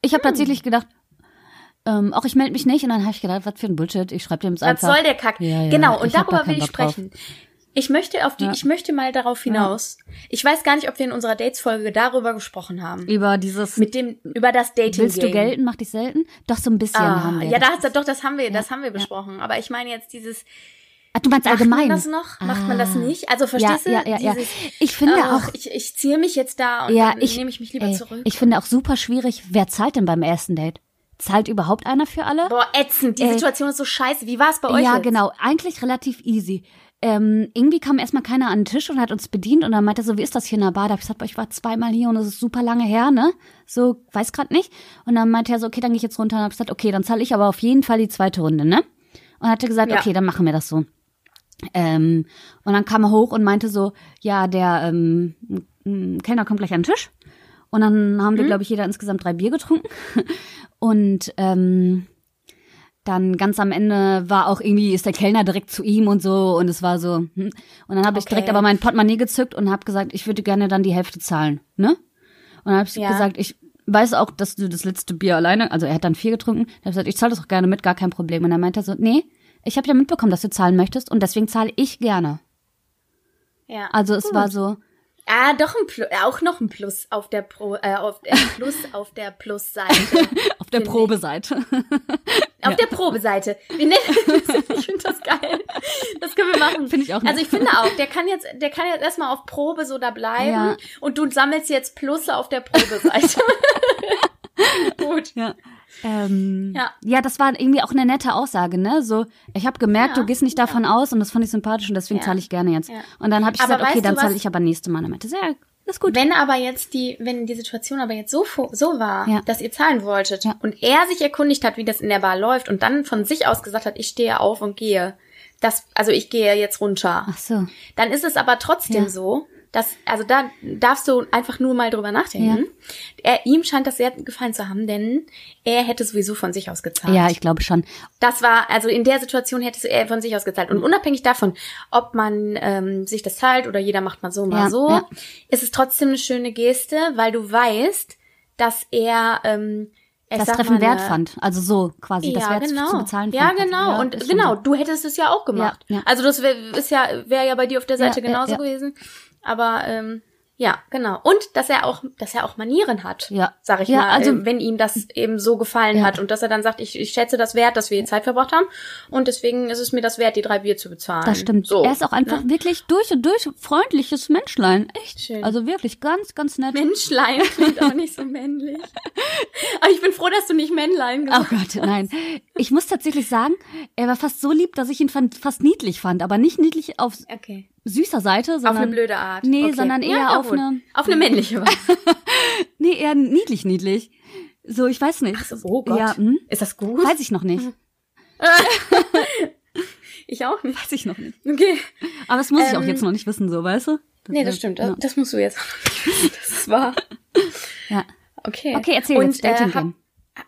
Speaker 3: Ich
Speaker 2: Hm.
Speaker 3: habe tatsächlich gedacht, ähm, auch ich melde mich nicht. Und dann habe ich gedacht, was für ein Bullshit. Ich schreibe dem jetzt
Speaker 2: Was
Speaker 3: einfach.
Speaker 2: soll der Kack?
Speaker 3: Ja, ja,
Speaker 2: genau, und
Speaker 3: ich hab da
Speaker 2: darüber will
Speaker 3: keinen
Speaker 2: ich
Speaker 3: Bock drauf.
Speaker 2: sprechen. Ich möchte auf die, ich möchte mal darauf hinaus. Ich weiß gar nicht, ob wir in unserer Dates-Folge darüber gesprochen haben.
Speaker 3: über dieses
Speaker 2: Mit dem, über das Dating.
Speaker 3: Willst du gelten, mach dich selten? Doch, so ein bisschen haben wir.
Speaker 2: ja,
Speaker 3: das.
Speaker 2: da hast du, doch, das haben wir, das haben wir besprochen. Aber ich meine jetzt dieses,
Speaker 3: Ach, du meinst
Speaker 2: macht
Speaker 3: allgemein.
Speaker 2: man das noch? Macht man das
Speaker 3: Ah.
Speaker 2: nicht? Also
Speaker 3: Ja,
Speaker 2: verstehst
Speaker 3: ja,
Speaker 2: du?
Speaker 3: ja, ja.
Speaker 2: Dieses,
Speaker 3: Ich finde
Speaker 2: ach,
Speaker 3: auch,
Speaker 2: ich, ich ziehe mich jetzt da und
Speaker 3: ja,
Speaker 2: dann
Speaker 3: ich
Speaker 2: nehme ich mich lieber
Speaker 3: ey,
Speaker 2: zurück.
Speaker 3: Ich finde auch super schwierig, wer zahlt denn beim ersten Date? Zahlt überhaupt einer für alle?
Speaker 2: Boah, ätzend, die
Speaker 3: Ey.
Speaker 2: Situation ist so scheiße. Wie war es bei euch?
Speaker 3: ja,
Speaker 2: jetzt?
Speaker 3: genau. Eigentlich relativ easy. Ähm, irgendwie kam erstmal keiner an den Tisch und hat uns bedient und dann meinte er so, wie ist das hier in der Bar? Da hab ich gesagt, boah, ich war zweimal hier und es ist super lange her, ne? So, weiß grad nicht. Und dann meinte er so, okay, dann gehe ich jetzt runter und hab ich gesagt, okay, dann zahle ich aber auf jeden Fall die zweite Runde, ne? Und hatte gesagt,
Speaker 2: Ja.
Speaker 3: okay, dann machen wir das so. Ähm, und dann kam er hoch und meinte so, ja, der ähm, m- Kellner kommt gleich an den Tisch. Und Mhm. dann haben wir, glaube ich, jeder insgesamt drei Bier getrunken. Und ähm, Dann ganz am Ende war auch irgendwie, ist der Kellner direkt zu ihm und so und es war so. Hm. Und dann habe ich
Speaker 2: Okay.
Speaker 3: direkt aber mein Portemonnaie gezückt und habe gesagt, ich würde gerne dann die Hälfte zahlen, ne? Und dann habe ich
Speaker 2: Ja.
Speaker 3: gesagt, ich weiß auch, dass du das letzte Bier alleine, also er hat dann vier getrunken, dann habe ich gesagt, ich zahle das auch gerne mit, gar kein Problem. Und dann meinte er so, nee, ich habe ja mitbekommen, dass du zahlen möchtest und deswegen zahle ich gerne.
Speaker 2: Ja.
Speaker 3: Also es war so,
Speaker 2: Ah, doch ein Plus, auch noch ein Plus auf der Pro, äh, auf der Plus auf der Plusseite.
Speaker 3: auf der
Speaker 2: Finde ich.
Speaker 3: Probeseite.
Speaker 2: Auf der Probeseite. Wir nennen, ich finde das geil. Das können wir machen.
Speaker 3: Finde ich auch nett.
Speaker 2: Also ich finde auch, der kann jetzt, der kann jetzt erstmal auf Probe so da bleiben
Speaker 3: Ja.
Speaker 2: und du sammelst jetzt Plusse auf der Probeseite. Gut.
Speaker 3: Ja. Ähm,
Speaker 2: Ja.
Speaker 3: ja. das war irgendwie auch eine nette Aussage, ne? So, ich habe gemerkt,
Speaker 2: Ja,
Speaker 3: du gehst nicht davon aus und das fand ich sympathisch und deswegen
Speaker 2: Ja.
Speaker 3: zahle ich gerne jetzt.
Speaker 2: Ja.
Speaker 3: Und dann habe ich
Speaker 2: Aber
Speaker 3: gesagt, okay,
Speaker 2: weißt du
Speaker 3: dann zahle
Speaker 2: was?
Speaker 3: ich aber nächste Mal. Und er meinte, sehr, ist gut.
Speaker 2: Wenn aber jetzt die, wenn die Situation aber jetzt so, fu- so war,
Speaker 3: Ja.
Speaker 2: dass ihr zahlen wolltet
Speaker 3: Ja.
Speaker 2: und er sich erkundigt hat, wie das in der Bar läuft und dann von sich aus gesagt hat, ich stehe auf und gehe, das, also ich gehe jetzt runter,
Speaker 3: Ach so.
Speaker 2: dann ist es aber trotzdem
Speaker 3: Ja.
Speaker 2: so, dass, also da darfst du einfach nur mal drüber nachdenken. Er, ihm scheint das sehr gefallen zu haben, denn er hätte sowieso von sich aus gezahlt.
Speaker 3: Ja, ich glaube schon.
Speaker 2: Das war, also in der Situation hättest du eher von sich aus gezahlt. Und unabhängig davon, ob man ähm, sich das zahlt oder jeder macht mal so, mal
Speaker 3: Ja,
Speaker 2: so,
Speaker 3: ja.
Speaker 2: ist es trotzdem eine schöne Geste, weil du weißt, dass er ähm, ich
Speaker 3: Das
Speaker 2: sag
Speaker 3: Treffen
Speaker 2: mal, eine-
Speaker 3: wert fand. Also so quasi, das
Speaker 2: Ja,
Speaker 3: wert
Speaker 2: genau.
Speaker 3: zu bezahlen
Speaker 2: ja,
Speaker 3: fand. Also,
Speaker 2: genau.
Speaker 3: ja, ist
Speaker 2: und
Speaker 3: schon
Speaker 2: genau,
Speaker 3: so.
Speaker 2: du hättest es ja auch gemacht.
Speaker 3: Ja, ja.
Speaker 2: Also das wäre ist ja, wär ja bei dir auf der Seite
Speaker 3: ja,
Speaker 2: genauso
Speaker 3: ja.
Speaker 2: gewesen. Aber ähm, ja, genau. Und dass er auch, dass er auch Manieren hat,
Speaker 3: Ja.
Speaker 2: sag ich
Speaker 3: Ja,
Speaker 2: mal,
Speaker 3: also-
Speaker 2: äh, wenn ihm das eben so gefallen
Speaker 3: Ja.
Speaker 2: hat und dass er dann sagt, ich, ich schätze das wert, dass wir hier Zeit verbracht haben und deswegen ist es mir das wert, die drei Bier zu bezahlen.
Speaker 3: Das stimmt.
Speaker 2: So. ne?
Speaker 3: er ist auch einfach wirklich durch und durch freundliches Menschlein. Echt.
Speaker 2: Schön.
Speaker 3: Also wirklich ganz, ganz nett.
Speaker 2: Menschlein klingt auch nicht so männlich. Aber ich bin froh, dass du nicht Männlein
Speaker 3: Oh
Speaker 2: gesagt
Speaker 3: Gott, nein. Ich muss tatsächlich sagen, er war fast so lieb, dass ich ihn fand, fast niedlich fand. Aber nicht niedlich auf
Speaker 2: hast. Okay.
Speaker 3: süßer Seite, sondern
Speaker 2: Auf eine blöde Art.
Speaker 3: Nee,
Speaker 2: okay.
Speaker 3: sondern eher
Speaker 2: ja,
Speaker 3: auf
Speaker 2: gut.
Speaker 3: eine-
Speaker 2: auf eine männliche Weise.
Speaker 3: Nee, eher niedlich, niedlich. So, ich weiß nicht.
Speaker 2: Ach so, oh Gott.
Speaker 3: Ja, hm?
Speaker 2: Ist das gut?
Speaker 3: Weiß ich noch nicht.
Speaker 2: Ich auch nicht.
Speaker 3: Weiß ich noch nicht.
Speaker 2: Okay.
Speaker 3: Aber das muss ich auch
Speaker 2: Ähm,
Speaker 3: jetzt noch nicht wissen, so, weißt du?
Speaker 2: Nee, das
Speaker 3: wird-
Speaker 2: stimmt.
Speaker 3: Ja.
Speaker 2: Das musst du jetzt. Das ist wahr.
Speaker 3: ja.
Speaker 2: Okay.
Speaker 3: Okay, erzähl
Speaker 2: Und,
Speaker 3: jetzt Dating
Speaker 2: äh, hab-
Speaker 3: Game.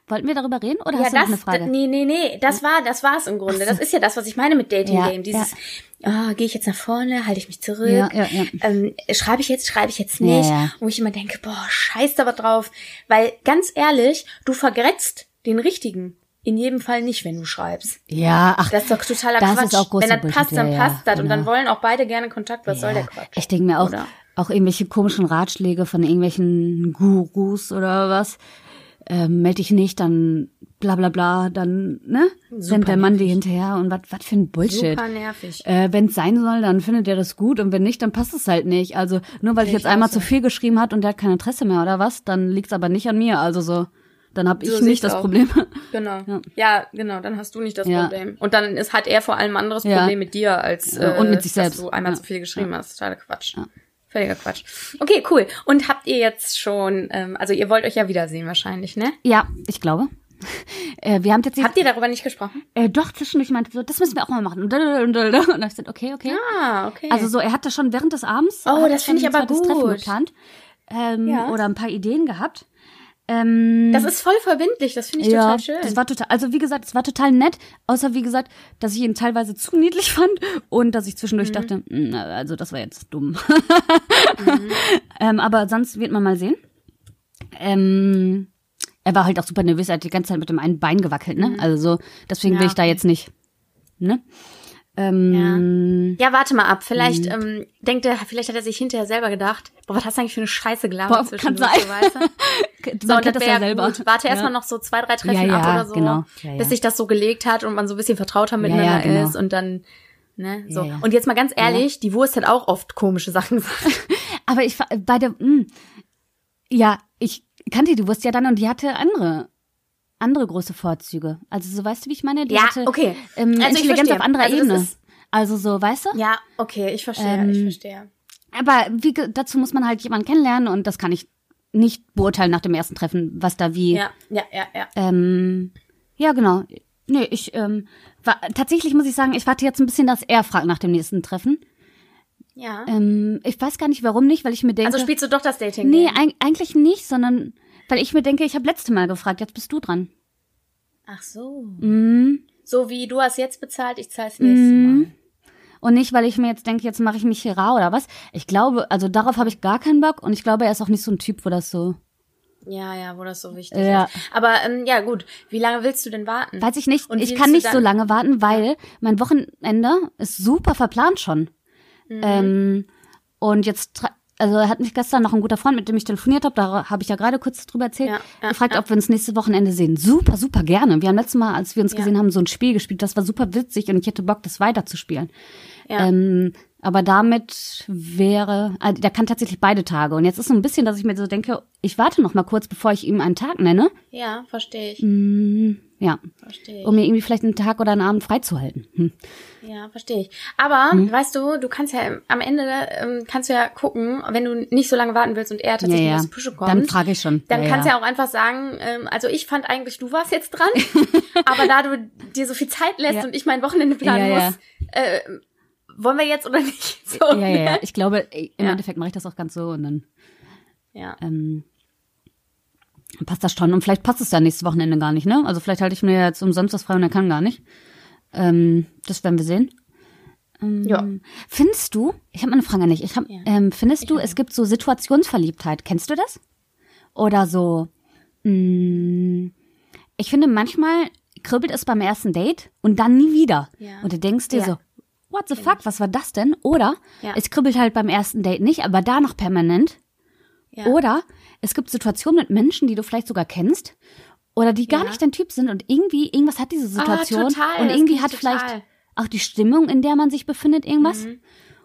Speaker 3: Wollten wir darüber reden oder
Speaker 2: Ja,
Speaker 3: hast du noch
Speaker 2: das,
Speaker 3: eine Frage?
Speaker 2: nee, nee, nee, das war, das war's im Grunde. Das ist ja das, was ich meine mit Dating
Speaker 3: Ja,
Speaker 2: Game. Dieses, ah, gehe ich jetzt nach vorne, halte ich mich zurück,
Speaker 3: Ja, ja, ja.
Speaker 2: Ähm, schreibe ich jetzt, schreibe ich jetzt nicht,
Speaker 3: Ja, ja.
Speaker 2: wo ich immer denke, boah, scheiß da was drauf, weil ganz ehrlich, du vergrätzt den richtigen. In jedem Fall nicht, wenn du schreibst.
Speaker 3: Ja, ach.
Speaker 2: Das ist doch totaler
Speaker 3: Das
Speaker 2: Quatsch.
Speaker 3: ist auch großer
Speaker 2: Wenn das
Speaker 3: Bullshit,
Speaker 2: passt, dann
Speaker 3: ja, ja,
Speaker 2: passt das. Und dann
Speaker 3: genau.
Speaker 2: wollen auch beide gerne Kontakt. Was soll der
Speaker 3: ja.
Speaker 2: Quatsch?
Speaker 3: Ich denke mir auch,
Speaker 2: Oder?
Speaker 3: auch irgendwelche komischen Ratschläge von irgendwelchen Gurus oder was. Ähm, meld dich nicht, dann bla bla bla, dann, ne? Sendet der Mann dir hinterher und was was für ein Bullshit.
Speaker 2: Super nervig.
Speaker 3: Äh, wenn es sein soll, dann findet er das gut und wenn nicht, dann passt es halt nicht. Also nur weil ich
Speaker 2: Sehe
Speaker 3: jetzt
Speaker 2: ich auch
Speaker 3: einmal
Speaker 2: so.
Speaker 3: zu viel geschrieben hat und der hat kein Interesse mehr oder was, dann liegt's aber nicht an mir. Also so, dann habe
Speaker 2: So
Speaker 3: ich nicht
Speaker 2: sieht's
Speaker 3: das
Speaker 2: aus.
Speaker 3: Problem.
Speaker 2: Genau. Ja.
Speaker 3: Ja.
Speaker 2: genau, dann hast du nicht das
Speaker 3: Ja.
Speaker 2: Problem. Und dann ist, hat er vor allem ein anderes
Speaker 3: Ja.
Speaker 2: Problem mit dir, als äh,
Speaker 3: Ja, und mit sich
Speaker 2: dass
Speaker 3: selbst.
Speaker 2: du einmal
Speaker 3: Ja.
Speaker 2: zu viel geschrieben hast. Totaler Quatsch. Völliger Quatsch. Okay, cool. Und habt ihr jetzt schon, ähm, also ihr wollt euch ja wiedersehen wahrscheinlich, ne?
Speaker 3: Ja, ich glaube. Äh, wir haben jetzt
Speaker 2: Habt ihr darüber nicht gesprochen?
Speaker 3: äh, doch zwischendurch meinte so, das müssen wir auch mal machen. Und dann habe ich gesagt, okay, okay.
Speaker 2: Ah, okay.
Speaker 3: Also so, er hat das schon während des Abends.
Speaker 2: Oh,
Speaker 3: hat
Speaker 2: das
Speaker 3: schon
Speaker 2: finde ich
Speaker 3: ein
Speaker 2: aber
Speaker 3: zweites Treffen
Speaker 2: gut.
Speaker 3: geplant. Ähm,
Speaker 2: Ja.
Speaker 3: Oder ein paar Ideen gehabt. Ähm,
Speaker 2: das ist voll verbindlich, das finde ich total schön.
Speaker 3: Das war total, also wie gesagt, es war total nett, außer wie gesagt, dass ich ihn teilweise zu niedlich fand und dass ich zwischendurch
Speaker 2: Mhm.
Speaker 3: dachte, "Mm, na, also das war jetzt dumm.
Speaker 2: Mhm.
Speaker 3: ähm, aber sonst wird man mal sehen. Ähm, er war halt auch super nervös, er hat die ganze Zeit mit dem einen Bein gewackelt, ne? Also so, deswegen
Speaker 2: Mhm. Ja,
Speaker 3: will ich da jetzt nicht, ne? Ähm,
Speaker 2: ja, warte mal ab. Vielleicht
Speaker 3: Mm.
Speaker 2: ähm, denkt er, vielleicht hat er sich hinterher selber gedacht, boah, was hast du eigentlich für eine Scheiße gelabert
Speaker 3: Boah, kann
Speaker 2: zwischendurch,
Speaker 3: sein.
Speaker 2: so, weißt du? So,
Speaker 3: Man
Speaker 2: und
Speaker 3: kennt
Speaker 2: das
Speaker 3: das
Speaker 2: wäre
Speaker 3: ja
Speaker 2: ja
Speaker 3: selber.
Speaker 2: gut. Warte
Speaker 3: ja.
Speaker 2: erstmal noch so zwei, drei Treffen
Speaker 3: Ja,
Speaker 2: ab
Speaker 3: ja,
Speaker 2: oder so,
Speaker 3: genau. Ja, ja.
Speaker 2: bis sich das so gelegt hat und man so ein bisschen vertrauter miteinander
Speaker 3: genau.
Speaker 2: ist und dann, ne, so.
Speaker 3: Ja, ja.
Speaker 2: Und jetzt mal ganz ehrlich, die Wurst hat auch oft komische Sachen gesagt.
Speaker 3: Aber ich fa- bei der mh, ja, ich kannte die Wurst ja dann und die hatte andere andere große Vorzüge. Also so weißt du, wie ich meine? Die
Speaker 2: Ja,
Speaker 3: hatte
Speaker 2: okay.
Speaker 3: ähm,
Speaker 2: Also ich
Speaker 3: Intelligenz
Speaker 2: verstehe.
Speaker 3: auf anderer
Speaker 2: Also das
Speaker 3: Ebene.
Speaker 2: ist-
Speaker 3: also so, weißt du?
Speaker 2: ja, okay, ich verstehe,
Speaker 3: Ähm,
Speaker 2: ich verstehe.
Speaker 3: Aber wie, ge- dazu muss man halt jemanden kennenlernen und das kann ich nicht beurteilen nach dem ersten Treffen, was da wie.
Speaker 2: Ja, ja, ja, ja.
Speaker 3: Ähm, ja, genau. Nee, ich ähm, war, tatsächlich muss ich sagen, ich warte jetzt ein bisschen, dass er fragt nach dem nächsten Treffen.
Speaker 2: ja.
Speaker 3: Ähm, ich weiß gar nicht, warum nicht, weil ich mir denke.
Speaker 2: also spielst du doch das Dating
Speaker 3: Nee,
Speaker 2: Game?
Speaker 3: eig eigentlich nicht, sondern weil ich mir denke, ich habe letzte Mal gefragt, jetzt bist du dran.
Speaker 2: Ach so.
Speaker 3: Mhm.
Speaker 2: So wie du hast jetzt bezahlt, ich zahl's nächstes Mal.
Speaker 3: Und nicht, weil ich mir jetzt denke, jetzt mache ich mich hier rar oder was. Ich glaube, also darauf habe ich gar keinen Bock und ich glaube, er ist auch nicht so ein Typ, wo das so.
Speaker 2: Ja, ja, wo das so wichtig
Speaker 3: Ja.
Speaker 2: ist. Aber ähm, ja, gut. Wie lange willst du denn warten?
Speaker 3: Weiß ich nicht.
Speaker 2: Und
Speaker 3: ich
Speaker 2: willst
Speaker 3: kann
Speaker 2: du
Speaker 3: nicht so
Speaker 2: dann-
Speaker 3: lange warten, weil mein Wochenende ist super verplant schon.
Speaker 2: Mhm.
Speaker 3: Ähm, und jetzt, tra- also hat mich gestern noch ein guter Freund, mit dem ich telefoniert habe, da habe ich ja gerade kurz drüber erzählt,
Speaker 2: Ja, ja,
Speaker 3: gefragt, ob wir uns nächstes Wochenende sehen. Super, super gerne. Wir haben letztes Mal, als wir uns gesehen haben, so ein Spiel gespielt. Das war super witzig und ich hätte Bock, das weiterzuspielen.
Speaker 2: Ja.
Speaker 3: Ähm, aber damit wäre, ah, der kann tatsächlich beide Tage. Und jetzt ist so ein bisschen, dass ich mir so denke, ich warte noch mal kurz, bevor ich ihm einen Tag nenne.
Speaker 2: Ja, verstehe ich.
Speaker 3: Mm, ja,
Speaker 2: Verstehe ich.
Speaker 3: um mir irgendwie vielleicht einen Tag oder einen Abend freizuhalten. Hm.
Speaker 2: Ja, verstehe ich. Aber
Speaker 3: Mhm.
Speaker 2: weißt du, du kannst ja am Ende ähm, kannst du ja gucken, wenn du nicht so lange warten willst und er tatsächlich
Speaker 3: Ja, ja.
Speaker 2: aus der Pusche kommt.
Speaker 3: Dann frage ich schon.
Speaker 2: Dann
Speaker 3: Ja,
Speaker 2: kannst du
Speaker 3: ja.
Speaker 2: ja auch einfach sagen, ähm, also ich fand eigentlich, du warst jetzt dran, aber da du dir so viel Zeit lässt
Speaker 3: Ja.
Speaker 2: und ich mein Wochenende planen
Speaker 3: Ja, ja.
Speaker 2: muss, äh, wollen wir jetzt oder nicht? So,
Speaker 3: Ja, ja, ja.
Speaker 2: ne?
Speaker 3: Ich glaube, ey, im
Speaker 2: Ja.
Speaker 3: Endeffekt mache ich das auch ganz so und dann
Speaker 2: ja.
Speaker 3: ähm, passt das schon. Und vielleicht passt es dann nächstes Wochenende gar nicht, ne? Also vielleicht halte ich mir jetzt umsonst das frei und er kann gar nicht. Ähm, das werden wir sehen. Ähm,
Speaker 2: Ja.
Speaker 3: Findest du, ich habe mal eine Frage an dich, ich hab,
Speaker 2: Ja.
Speaker 3: ähm, findest du, es gibt so Situationsverliebtheit, kennst du das? Oder so, mh, ich finde manchmal kribbelt es beim ersten Date und dann nie wieder.
Speaker 2: Ja.
Speaker 3: Und du denkst dir
Speaker 2: Ja.
Speaker 3: so, what the fuck, was war das denn? Oder
Speaker 2: Ja.
Speaker 3: es kribbelt halt beim ersten Date nicht, aber da noch permanent.
Speaker 2: Ja.
Speaker 3: Oder es gibt Situationen mit Menschen, die du vielleicht sogar kennst oder die gar
Speaker 2: Ja. Ah,
Speaker 3: nicht dein Typ sind und irgendwie irgendwas hat diese Situation
Speaker 2: total,
Speaker 3: und
Speaker 2: das
Speaker 3: irgendwie
Speaker 2: gibt's
Speaker 3: hat
Speaker 2: total. Mhm.
Speaker 3: vielleicht auch die Stimmung, in der man sich befindet, irgendwas.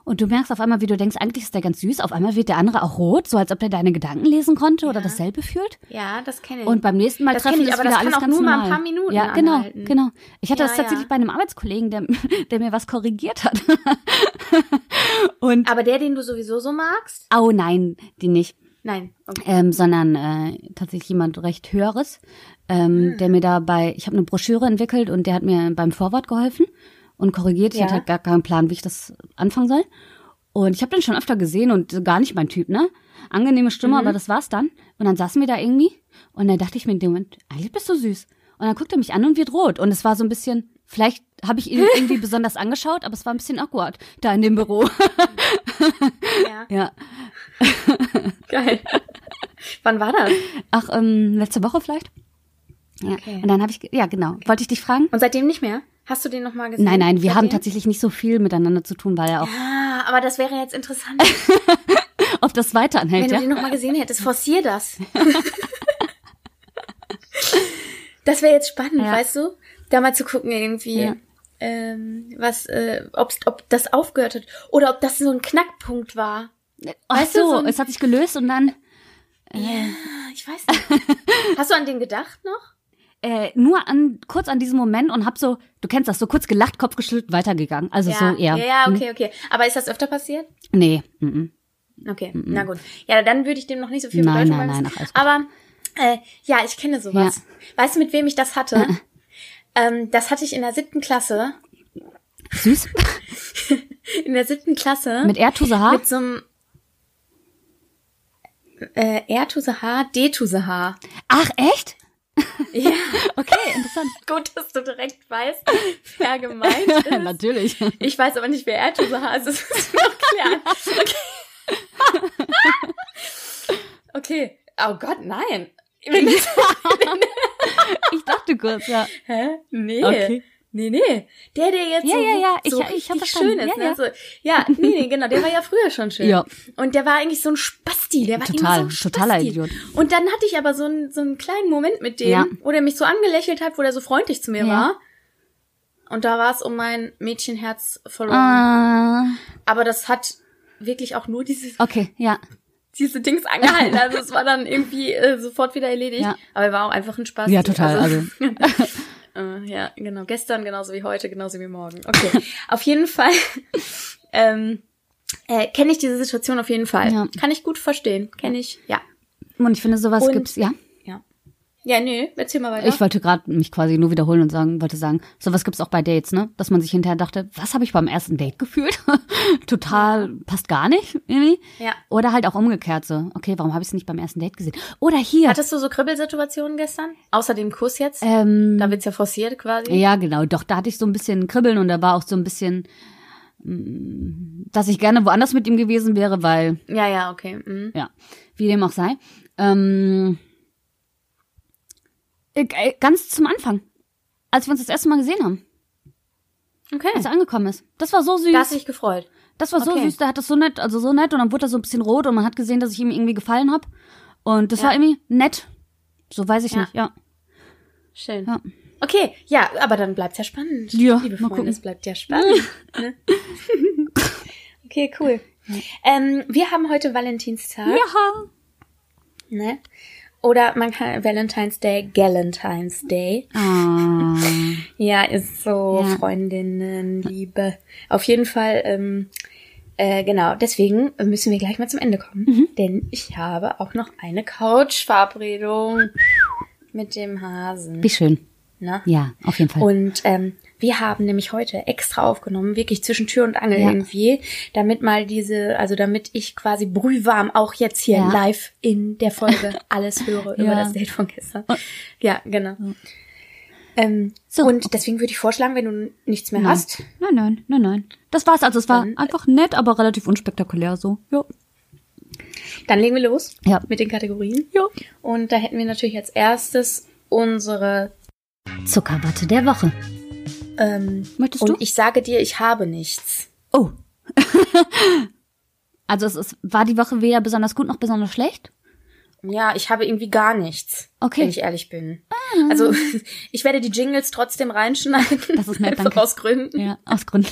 Speaker 3: Und du merkst auf einmal, wie du denkst, eigentlich ist der ganz süß, auf einmal wird der andere auch rot, so als ob der deine Gedanken lesen konnte oder dasselbe fühlt.
Speaker 2: ja, das kenne ich.
Speaker 3: Und beim nächsten Mal
Speaker 2: Das
Speaker 3: treffen
Speaker 2: kenn ich,
Speaker 3: ist
Speaker 2: aber
Speaker 3: wieder
Speaker 2: das
Speaker 3: alles
Speaker 2: kann auch
Speaker 3: ganz
Speaker 2: nur mal ein
Speaker 3: normal.
Speaker 2: paar Minuten
Speaker 3: Ja, genau,
Speaker 2: anhalten.
Speaker 3: genau. Ich hatte
Speaker 2: Ja,
Speaker 3: das tatsächlich
Speaker 2: ja.
Speaker 3: bei einem Arbeitskollegen, der, der mir was korrigiert hat. Und
Speaker 2: aber der, den du sowieso so magst?
Speaker 3: oh nein, die nicht.
Speaker 2: Nein. Okay.
Speaker 3: ähm, sondern äh, tatsächlich jemand recht Höheres, ähm, der mir dabei, ich habe eine Broschüre entwickelt und der hat mir beim Vorwort geholfen und korrigiert. Ich
Speaker 2: Ja.
Speaker 3: hatte halt gar keinen Plan, wie ich das anfangen soll. Und ich habe den schon öfter gesehen und gar nicht mein Typ, ne? Angenehme Stimme, aber das war's dann. Und dann saßen wir da irgendwie und dann dachte ich mir in dem Moment, eigentlich bist du süß. Und dann guckt er mich an und wird rot. Und es war so ein bisschen, vielleicht habe ich ihn irgendwie besonders angeschaut, aber es war ein bisschen awkward da in dem Büro.
Speaker 2: Ja.
Speaker 3: ja.
Speaker 2: Geil. Wann war das?
Speaker 3: Ach, ähm, letzte Woche vielleicht? Ja.
Speaker 2: Okay.
Speaker 3: Und dann habe ich, ge- ja genau, wollte ich dich fragen?
Speaker 2: Und seitdem nicht mehr? Hast du den noch mal gesehen?
Speaker 3: Nein, nein, wir haben
Speaker 2: Seitdem?
Speaker 3: tatsächlich nicht so viel miteinander zu tun, weil er auch,
Speaker 2: Ah, aber das wäre jetzt interessant,
Speaker 3: ob das weiter
Speaker 2: wenn
Speaker 3: anhält,
Speaker 2: du
Speaker 3: ja?
Speaker 2: den nochmal gesehen hättest. Forcier das. das wäre jetzt spannend,
Speaker 3: Ja.
Speaker 2: weißt du? Da mal zu gucken irgendwie,
Speaker 3: Ja.
Speaker 2: ähm, was, äh, ob's, ob das aufgehört hat oder ob das so ein Knackpunkt war.
Speaker 3: Ach
Speaker 2: Weißt du, so
Speaker 3: so,
Speaker 2: ein-
Speaker 3: es hat sich gelöst und dann,
Speaker 2: Ah, Ich weiß nicht. Hast du an den gedacht noch?
Speaker 3: äh, nur an, kurz an diesem Moment und hab so, du kennst das, so kurz gelacht, Kopf geschüttelt, weitergegangen. Also so
Speaker 2: ja,
Speaker 3: eher.
Speaker 2: ja,
Speaker 3: hm,
Speaker 2: okay, okay. Aber ist das öfter passiert?
Speaker 3: Nee, mhm.
Speaker 2: Okay, na gut. Ja, dann würde ich dem noch nicht so viel
Speaker 3: Nein,
Speaker 2: Bedeutung
Speaker 3: nein, nein,
Speaker 2: beimessen.
Speaker 3: ach, alles
Speaker 2: Aber
Speaker 3: gut.
Speaker 2: äh, ja, ich kenne sowas. Weißt du, mit wem ich das hatte? ähm, das hatte ich in der siebten Klasse.
Speaker 3: süß.
Speaker 2: In der siebten Klasse.
Speaker 3: Mit R to the H?
Speaker 2: Mit so einem äh, R-Tuse-H, D-Tuse-H.
Speaker 3: Ach, echt?
Speaker 2: Ja,
Speaker 3: Okay, interessant.
Speaker 2: gut, dass du direkt weißt, wer gemeint ist.
Speaker 3: Natürlich.
Speaker 2: Ich weiß aber nicht, wer Erdhose ist. Das ist noch klar. Okay. okay. Oh Gott, nein. Wenn-
Speaker 3: Ich dachte kurz, ja.
Speaker 2: Hä? Nee.
Speaker 3: Okay.
Speaker 2: Nee, nee. Der, der jetzt
Speaker 3: Ja,
Speaker 2: so,
Speaker 3: ja, ja. Ich-
Speaker 2: so
Speaker 3: ich hab
Speaker 2: richtig
Speaker 3: verstanden.
Speaker 2: schön ist.
Speaker 3: Ja,
Speaker 2: ne?
Speaker 3: ja.
Speaker 2: So, ja, nee, nee, genau. Der war ja früher schon schön.
Speaker 3: Ja.
Speaker 2: Und der war eigentlich so ein Spasti. Der war immer
Speaker 3: Total,
Speaker 2: so ein Spasti.
Speaker 3: totaler Idiot.
Speaker 2: Und dann hatte ich aber so einen, so einen kleinen Moment mit dem,
Speaker 3: Ja.
Speaker 2: wo der mich so angelächelt hat, wo der so freundlich zu mir
Speaker 3: Ja.
Speaker 2: war. Und da war es um mein Mädchenherz verloren.
Speaker 3: Ah,
Speaker 2: Aber das hat wirklich auch nur diese,
Speaker 3: okay, ja.
Speaker 2: diese Dings angehalten. Also es war dann irgendwie äh, sofort wieder erledigt.
Speaker 3: Ja.
Speaker 2: Aber er war auch einfach ein Also Spaß.
Speaker 3: Ja, total, Also
Speaker 2: äh, ja, genau. Gestern genauso wie heute, genauso wie morgen. Okay. auf jeden Fall ähm, äh, kenne ich diese Situation auf jeden Fall.
Speaker 3: Ja.
Speaker 2: Kann ich gut verstehen. Kenne ich, ja.
Speaker 3: Und ich finde, sowas
Speaker 2: Und-
Speaker 3: gibt's, ja.
Speaker 2: Ja. Ja, nö, erzähl mal weiter.
Speaker 3: Ich wollte gerade mich quasi nur wiederholen und sagen, wollte sagen, sowas gibt's auch bei Dates, ne? Dass man sich hinterher dachte, was habe ich beim ersten Date gefühlt? Total passt gar nicht irgendwie.
Speaker 2: Ja.
Speaker 3: Oder halt auch umgekehrt so, okay, warum habe ich es nicht beim ersten Date gesehen? Oder hier.
Speaker 2: Hattest du so Kribbelsituationen gestern? Außer dem Kuss jetzt?
Speaker 3: ähm,
Speaker 2: da wird's ja forciert quasi.
Speaker 3: ja, genau, doch, da hatte ich so ein bisschen Kribbeln und da war auch so ein bisschen, mm, dass ich gerne woanders mit ihm gewesen wäre, weil
Speaker 2: Ja, ja, okay. Mhm.
Speaker 3: ja, wie dem auch sei. Ähm, äh, äh, ganz zum Anfang, als wir uns das erste Mal gesehen haben, als
Speaker 2: Okay.
Speaker 3: er angekommen ist. Das war so süß.
Speaker 2: Da hast du dich gefreut.
Speaker 3: das war so
Speaker 2: okay.
Speaker 3: süß. Der hat das so nett, also so nett. Und dann wurde er so ein bisschen rot und man hat gesehen, dass ich ihm irgendwie gefallen habe. Und das war irgendwie nett. So weiß ich
Speaker 2: Ja.
Speaker 3: nicht, ja.
Speaker 2: Schön.
Speaker 3: Ja.
Speaker 2: Okay, ja, aber dann bleibt's ja spannend.
Speaker 3: Ja,
Speaker 2: liebe
Speaker 3: mal
Speaker 2: Freunde,
Speaker 3: gucken.
Speaker 2: es bleibt ja spannend. ne? okay, cool. Ähm, wir haben heute Valentinstag.
Speaker 3: Ja.
Speaker 2: Ne? Oder man kann Valentine's Day, Galentine's Day.
Speaker 3: Ah,
Speaker 2: Ja, ist so
Speaker 3: Ja.
Speaker 2: Freundinnen, Liebe. Auf jeden Fall, ähm, äh, genau, deswegen müssen wir gleich mal zum Ende kommen. Denn ich habe auch noch eine Couch-Verabredung mit dem Hasen.
Speaker 3: wie schön.
Speaker 2: Ne?
Speaker 3: Ja, auf jeden Fall.
Speaker 2: Und ähm, wir haben nämlich heute extra aufgenommen, wirklich zwischen Tür und Angel
Speaker 3: Ja.
Speaker 2: irgendwie, damit mal diese, also damit ich quasi brühwarm auch jetzt hier
Speaker 3: Ja.
Speaker 2: live in der Folge alles höre über
Speaker 3: Ja.
Speaker 2: das Date von gestern. Ja, genau. Ähm,
Speaker 3: So. Mhm.
Speaker 2: Und deswegen würde ich vorschlagen, wenn du nichts mehr hast.
Speaker 3: Nein, nein, nein, nein. Das war's. Also es war
Speaker 2: Dann-
Speaker 3: einfach nett, aber relativ unspektakulär so. Ja.
Speaker 2: Dann legen wir los
Speaker 3: Ja.
Speaker 2: mit den Kategorien.
Speaker 3: Ja.
Speaker 2: Und da hätten wir natürlich als erstes unsere.
Speaker 3: Zuckerwatte der Woche.
Speaker 2: Ähm,
Speaker 3: Möchtest
Speaker 2: und
Speaker 3: du?
Speaker 2: ich sage dir, ich habe nichts.
Speaker 3: Oh. also es ist, war die Woche weder besonders gut noch besonders schlecht.
Speaker 2: Ja, ich habe irgendwie gar nichts.
Speaker 3: Okay.
Speaker 2: Wenn ich ehrlich bin. Also, ich werde die Jingles trotzdem reinschneiden.
Speaker 3: Das ist nett, danke.
Speaker 2: einfach Aus Gründen.
Speaker 3: Ja, aus Gründen.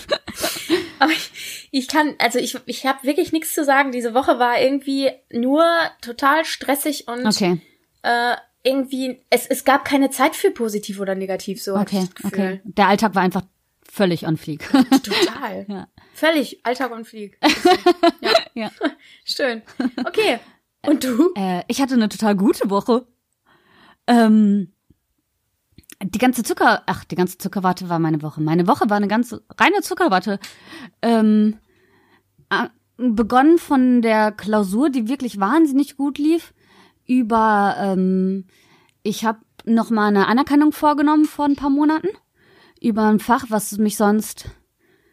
Speaker 2: Aber ich, ich kann, also ich, ich habe wirklich nichts zu sagen. Diese Woche war irgendwie nur total stressig und
Speaker 3: Okay.
Speaker 2: äh, irgendwie, es, es gab keine Zeit für positiv oder negativ, so hatte
Speaker 3: Okay,
Speaker 2: ich das
Speaker 3: okay.
Speaker 2: Gefühl.
Speaker 3: Der Alltag war einfach völlig on fleek.
Speaker 2: Total.
Speaker 3: Ja.
Speaker 2: Völlig Alltag und Flieg.
Speaker 3: ja.
Speaker 2: Schön. Okay. Und du?
Speaker 3: Äh, ich hatte eine total gute Woche. Ähm, die ganze Zucker, ach, die ganze Zuckerwatte war meine Woche. Meine Woche war eine ganze reine Zuckerwatte. Ähm, a- begonnen von der Klausur, die wirklich wahnsinnig gut lief, über ähm, ich habe noch mal eine Anerkennung vorgenommen vor ein paar Monaten über ein Fach, was mich sonst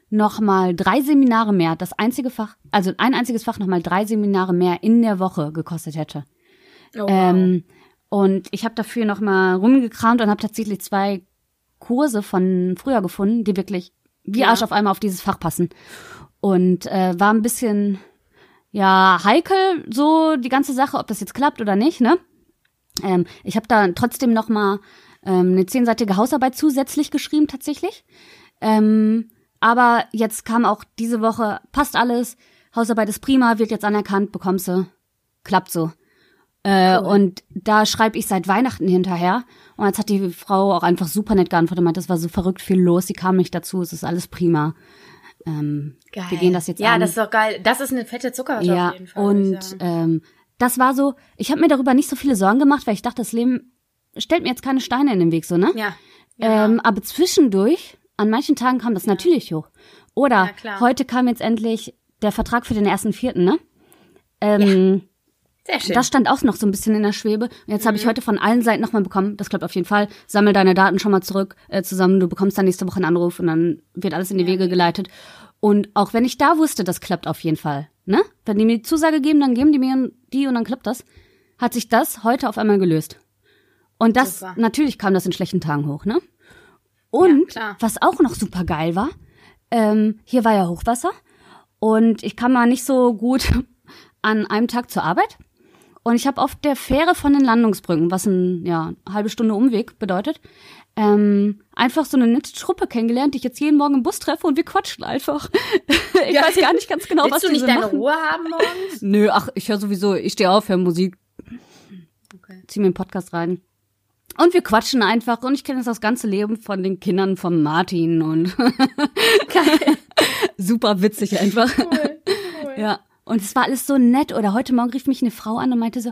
Speaker 3: noch mal drei Seminare mehr, das einzige Fach, also ein einziges Fach noch mal drei Seminare mehr in der Woche gekostet hätte.
Speaker 2: Oh, wow.
Speaker 3: Ähm, und ich habe dafür noch mal rumgekramt und habe tatsächlich zwei Kurse von früher gefunden, die wirklich wie
Speaker 2: Ja.
Speaker 3: Arsch auf einmal auf dieses Fach passen. Und äh, war ein bisschen ja heikel so die ganze Sache, ob das jetzt klappt oder nicht. Ne, ähm, ich habe da trotzdem noch mal ähm, eine zehnseitige Hausarbeit zusätzlich geschrieben tatsächlich. Ähm, aber jetzt kam auch diese Woche passt alles, Hausarbeit ist prima, wird jetzt anerkannt, bekommst du, klappt so. Äh, Und da schreibe ich seit Weihnachten hinterher. Und jetzt hat die Frau auch einfach super nett geantwortet, meint, das war so verrückt viel los, sie kam nicht dazu, es ist alles prima. Ähm,
Speaker 2: geil.
Speaker 3: Wir gehen das jetzt
Speaker 2: Ja,
Speaker 3: an.
Speaker 2: das ist doch geil. Das ist eine fette Zuckerwatte
Speaker 3: ja,
Speaker 2: auf jeden Fall. würd ich
Speaker 3: und
Speaker 2: sagen.
Speaker 3: ähm, das war so, ich habe mir darüber nicht so viele Sorgen gemacht, weil ich dachte, das Leben stellt mir jetzt keine Steine in den Weg, so, ne?
Speaker 2: ja. genau. Ja.
Speaker 3: Ähm, aber zwischendurch, an manchen Tagen kam das natürlich hoch. Oder
Speaker 2: Ja, klar.
Speaker 3: heute kam jetzt endlich der Vertrag für den ersten Vierten, ne? Ähm,
Speaker 2: Sehr schön.
Speaker 3: Das stand auch noch so ein bisschen in der Schwebe. Und jetzt
Speaker 2: Mhm.
Speaker 3: habe ich heute von allen Seiten nochmal bekommen, das klappt auf jeden Fall, sammel deine Daten schon mal zurück äh, zusammen, du bekommst dann nächste Woche einen Anruf und dann wird alles in die Wege geleitet. Und auch wenn ich da wusste, das klappt auf jeden Fall, ne? Wenn die mir die Zusage geben, dann geben die mir die und dann klappt das, hat sich das heute auf einmal gelöst. Und das,
Speaker 2: Super.
Speaker 3: natürlich kam das in schlechten Tagen hoch, ne? Und
Speaker 2: klar.
Speaker 3: was auch noch super geil war, ähm, hier war ja Hochwasser und ich kam mal nicht so gut an einem Tag zur Arbeit. Und ich habe auf der Fähre von den Landungsbrücken, was ein ja, halbe Stunde Umweg bedeutet, ähm, einfach so eine nette Truppe kennengelernt, die ich jetzt jeden Morgen im Bus treffe und wir quatschen einfach. ich weiß gar nicht ganz genau,
Speaker 2: Willst
Speaker 3: was
Speaker 2: du
Speaker 3: die
Speaker 2: nicht
Speaker 3: so
Speaker 2: deine
Speaker 3: machen.
Speaker 2: Ruhe haben morgens?
Speaker 3: Nö, ach, ich höre sowieso, ich stehe auf, höre Musik,
Speaker 2: Okay.
Speaker 3: zieh mir einen Podcast rein. Und wir quatschen einfach und ich kenne jetzt das ganze Leben von den Kindern von Martin und super witzig einfach.
Speaker 2: Cool.
Speaker 3: Ja. Und es war alles so nett. Oder heute Morgen rief mich eine Frau an und meinte so,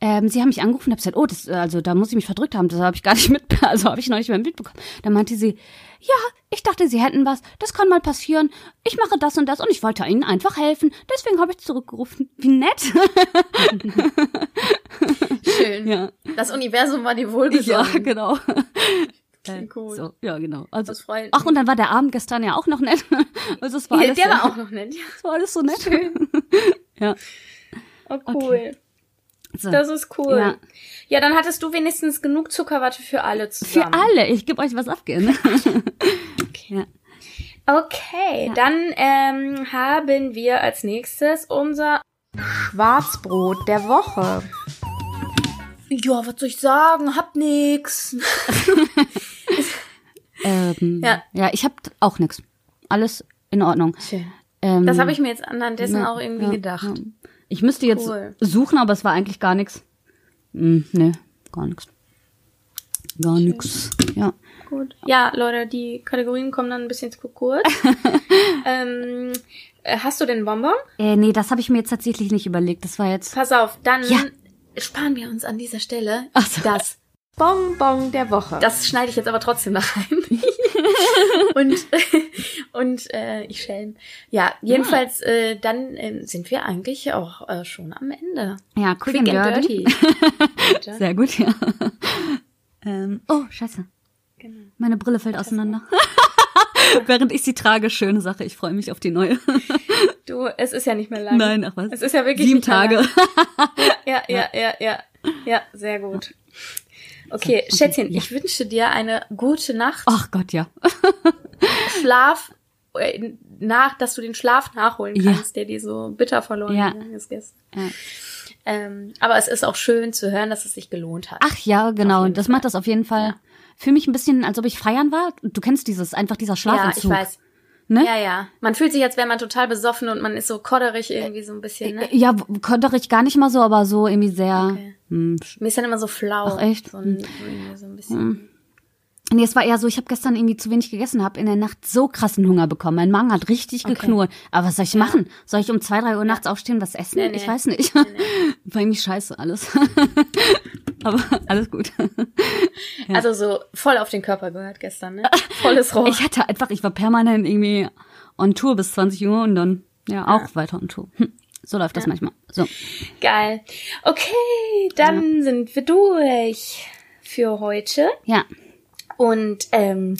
Speaker 3: ähm, sie haben mich angerufen und habe gesagt, oh, das, äh, also da muss ich mich verdrückt haben, das habe ich gar nicht mit, also habe ich noch nicht mehr mitbekommen. Dann meinte sie, ja, ich dachte, sie hätten was, das kann mal passieren, ich mache das und das und ich wollte ihnen einfach helfen, deswegen habe ich zurückgerufen. Wie nett.
Speaker 2: Schön.
Speaker 3: Ja.
Speaker 2: Das Universum war dir wohlgesonnen.
Speaker 3: genau. Äh,
Speaker 2: Klingt gut.
Speaker 3: So, ja, genau. Also,
Speaker 2: Das freut
Speaker 3: ach, und dann war der Abend gestern ja auch noch nett. Also es war
Speaker 2: Ja,
Speaker 3: alles,
Speaker 2: der
Speaker 3: so,
Speaker 2: war auch noch nett. Ja.
Speaker 3: es war alles so nett.
Speaker 2: Schön.
Speaker 3: Ja.
Speaker 2: Oh, cool.
Speaker 3: So.
Speaker 2: Das ist cool. Ja.
Speaker 3: Ja.
Speaker 2: dann hattest du wenigstens genug Zuckerwatte für alle
Speaker 3: Für
Speaker 2: zusammen.
Speaker 3: alle. Ich gebe euch was ab, gell, ne? Ja.
Speaker 2: Okay, dann ähm, haben wir als nächstes unser
Speaker 1: Schwarzbrot der Woche.
Speaker 2: Ja, was soll ich sagen? Hab nix.
Speaker 3: Ähm,
Speaker 2: Ja.
Speaker 3: ja. ja, ich habe auch nix. Alles in Ordnung.
Speaker 2: Schön.
Speaker 3: Ähm,
Speaker 2: Das habe ich mir jetzt anhand dessen
Speaker 3: ja,
Speaker 2: auch irgendwie
Speaker 3: ja,
Speaker 2: gedacht.
Speaker 3: ja. Ich müsste jetzt
Speaker 2: Cool.
Speaker 3: suchen, aber es war eigentlich gar nix. Hm, nee, gar nix. Gar nix. Ja.
Speaker 2: Gut. Ja, Leute, die Kategorien kommen dann ein bisschen zu kurz. ähm, äh, hast du den Bonbon?
Speaker 3: Äh, nee, das habe ich mir jetzt tatsächlich nicht überlegt. Das war jetzt.
Speaker 2: Pass auf, dann
Speaker 3: Ja.
Speaker 2: sparen wir uns an dieser Stelle
Speaker 3: Ach so.
Speaker 2: das.
Speaker 1: Bonbon der Woche.
Speaker 2: Das schneide ich jetzt aber trotzdem noch rein. und und äh, ich schellen. Ja, jedenfalls,
Speaker 3: Ah.
Speaker 2: äh, dann ähm, sind wir eigentlich auch äh, schon am Ende.
Speaker 3: Ja, quick, and, dirty.
Speaker 2: dirty.
Speaker 3: Sehr gut, ja. ähm, oh, scheiße.
Speaker 2: Genau.
Speaker 3: Meine Brille fällt auseinander. Während ich sie trage, schöne Sache. Ich freue mich auf die neue.
Speaker 2: Du, es ist ja nicht mehr lange.
Speaker 3: Nein, ach was.
Speaker 2: Es ist ja wirklich
Speaker 3: Sieben
Speaker 2: nicht mehr
Speaker 3: Tage.
Speaker 2: Ja, ja, ja, ja. Ja, sehr gut. Okay, Schätzchen, ich wünsche dir eine gute Nacht.
Speaker 3: Ach Gott, ja.
Speaker 2: Schlaf äh, nach, dass du den Schlaf nachholen
Speaker 3: Ja.
Speaker 2: kannst, der dir so bitter verloren
Speaker 3: Ja.
Speaker 2: gegangen ist gestern.
Speaker 3: Ja.
Speaker 2: Ähm, aber es ist auch schön zu hören, dass es sich gelohnt hat.
Speaker 3: Ach ja, genau.
Speaker 2: jeden
Speaker 3: Das macht das auf jeden Fall. Für mich ein bisschen, als ob ich feiern war. Du kennst dieses, einfach dieser
Speaker 2: ja,
Speaker 3: Schlafentzug.
Speaker 2: ich weiß.
Speaker 3: Ne?
Speaker 2: Ja, ja. Man fühlt sich, als wäre man total besoffen und man ist so kodderig irgendwie so ein bisschen. Ne?
Speaker 3: Ja, w- konnte ich gar nicht mal so, aber so irgendwie sehr.
Speaker 2: Okay.
Speaker 3: Hm, sch-
Speaker 2: Mir ist dann immer so flau.
Speaker 3: Ach, echt? Hm.
Speaker 2: So ein, so irgendwie so ein bisschen.
Speaker 3: nee, es war eher so, ich habe gestern irgendwie zu wenig gegessen, habe in der Nacht so krassen Hunger bekommen. Mein Magen hat richtig geknurrt. Aber was soll ich machen? Soll ich um zwei, drei Uhr nachts aufstehen, was essen?
Speaker 2: Nee, nee.
Speaker 3: Ich weiß nicht. War irgendwie scheiße alles. aber alles gut.
Speaker 2: Also so voll auf den Körper gehört gestern, ne? Volles Rohr.
Speaker 3: Ich hatte einfach, ich war permanent irgendwie on Tour bis 20 Uhr und dann ja auch weiter on Tour. Hm, So läuft das manchmal. So.
Speaker 2: Geil. Okay, dann sind wir durch für heute.
Speaker 3: Ja.
Speaker 2: Und ähm,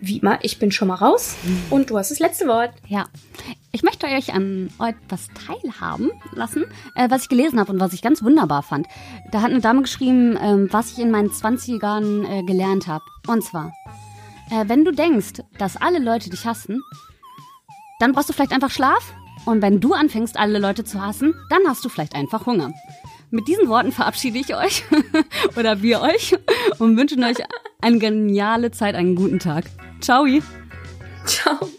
Speaker 2: wie immer, ich bin schon mal raus und du hast das letzte Wort.
Speaker 3: Ja. Ich möchte euch an etwas teilhaben lassen, äh, was ich gelesen habe und was ich ganz wunderbar fand. Da hat eine Dame geschrieben, ähm, was ich in meinen 20ern äh, gelernt habe. Und zwar, äh, wenn du denkst, dass alle Leute dich hassen, dann brauchst du vielleicht einfach Schlaf. Und wenn du anfängst, alle Leute zu hassen, dann hast du vielleicht einfach Hunger. Mit diesen Worten verabschiede ich euch oder wir euch und wünschen euch eine geniale Zeit, einen guten Tag. Ciao.
Speaker 2: Ciao.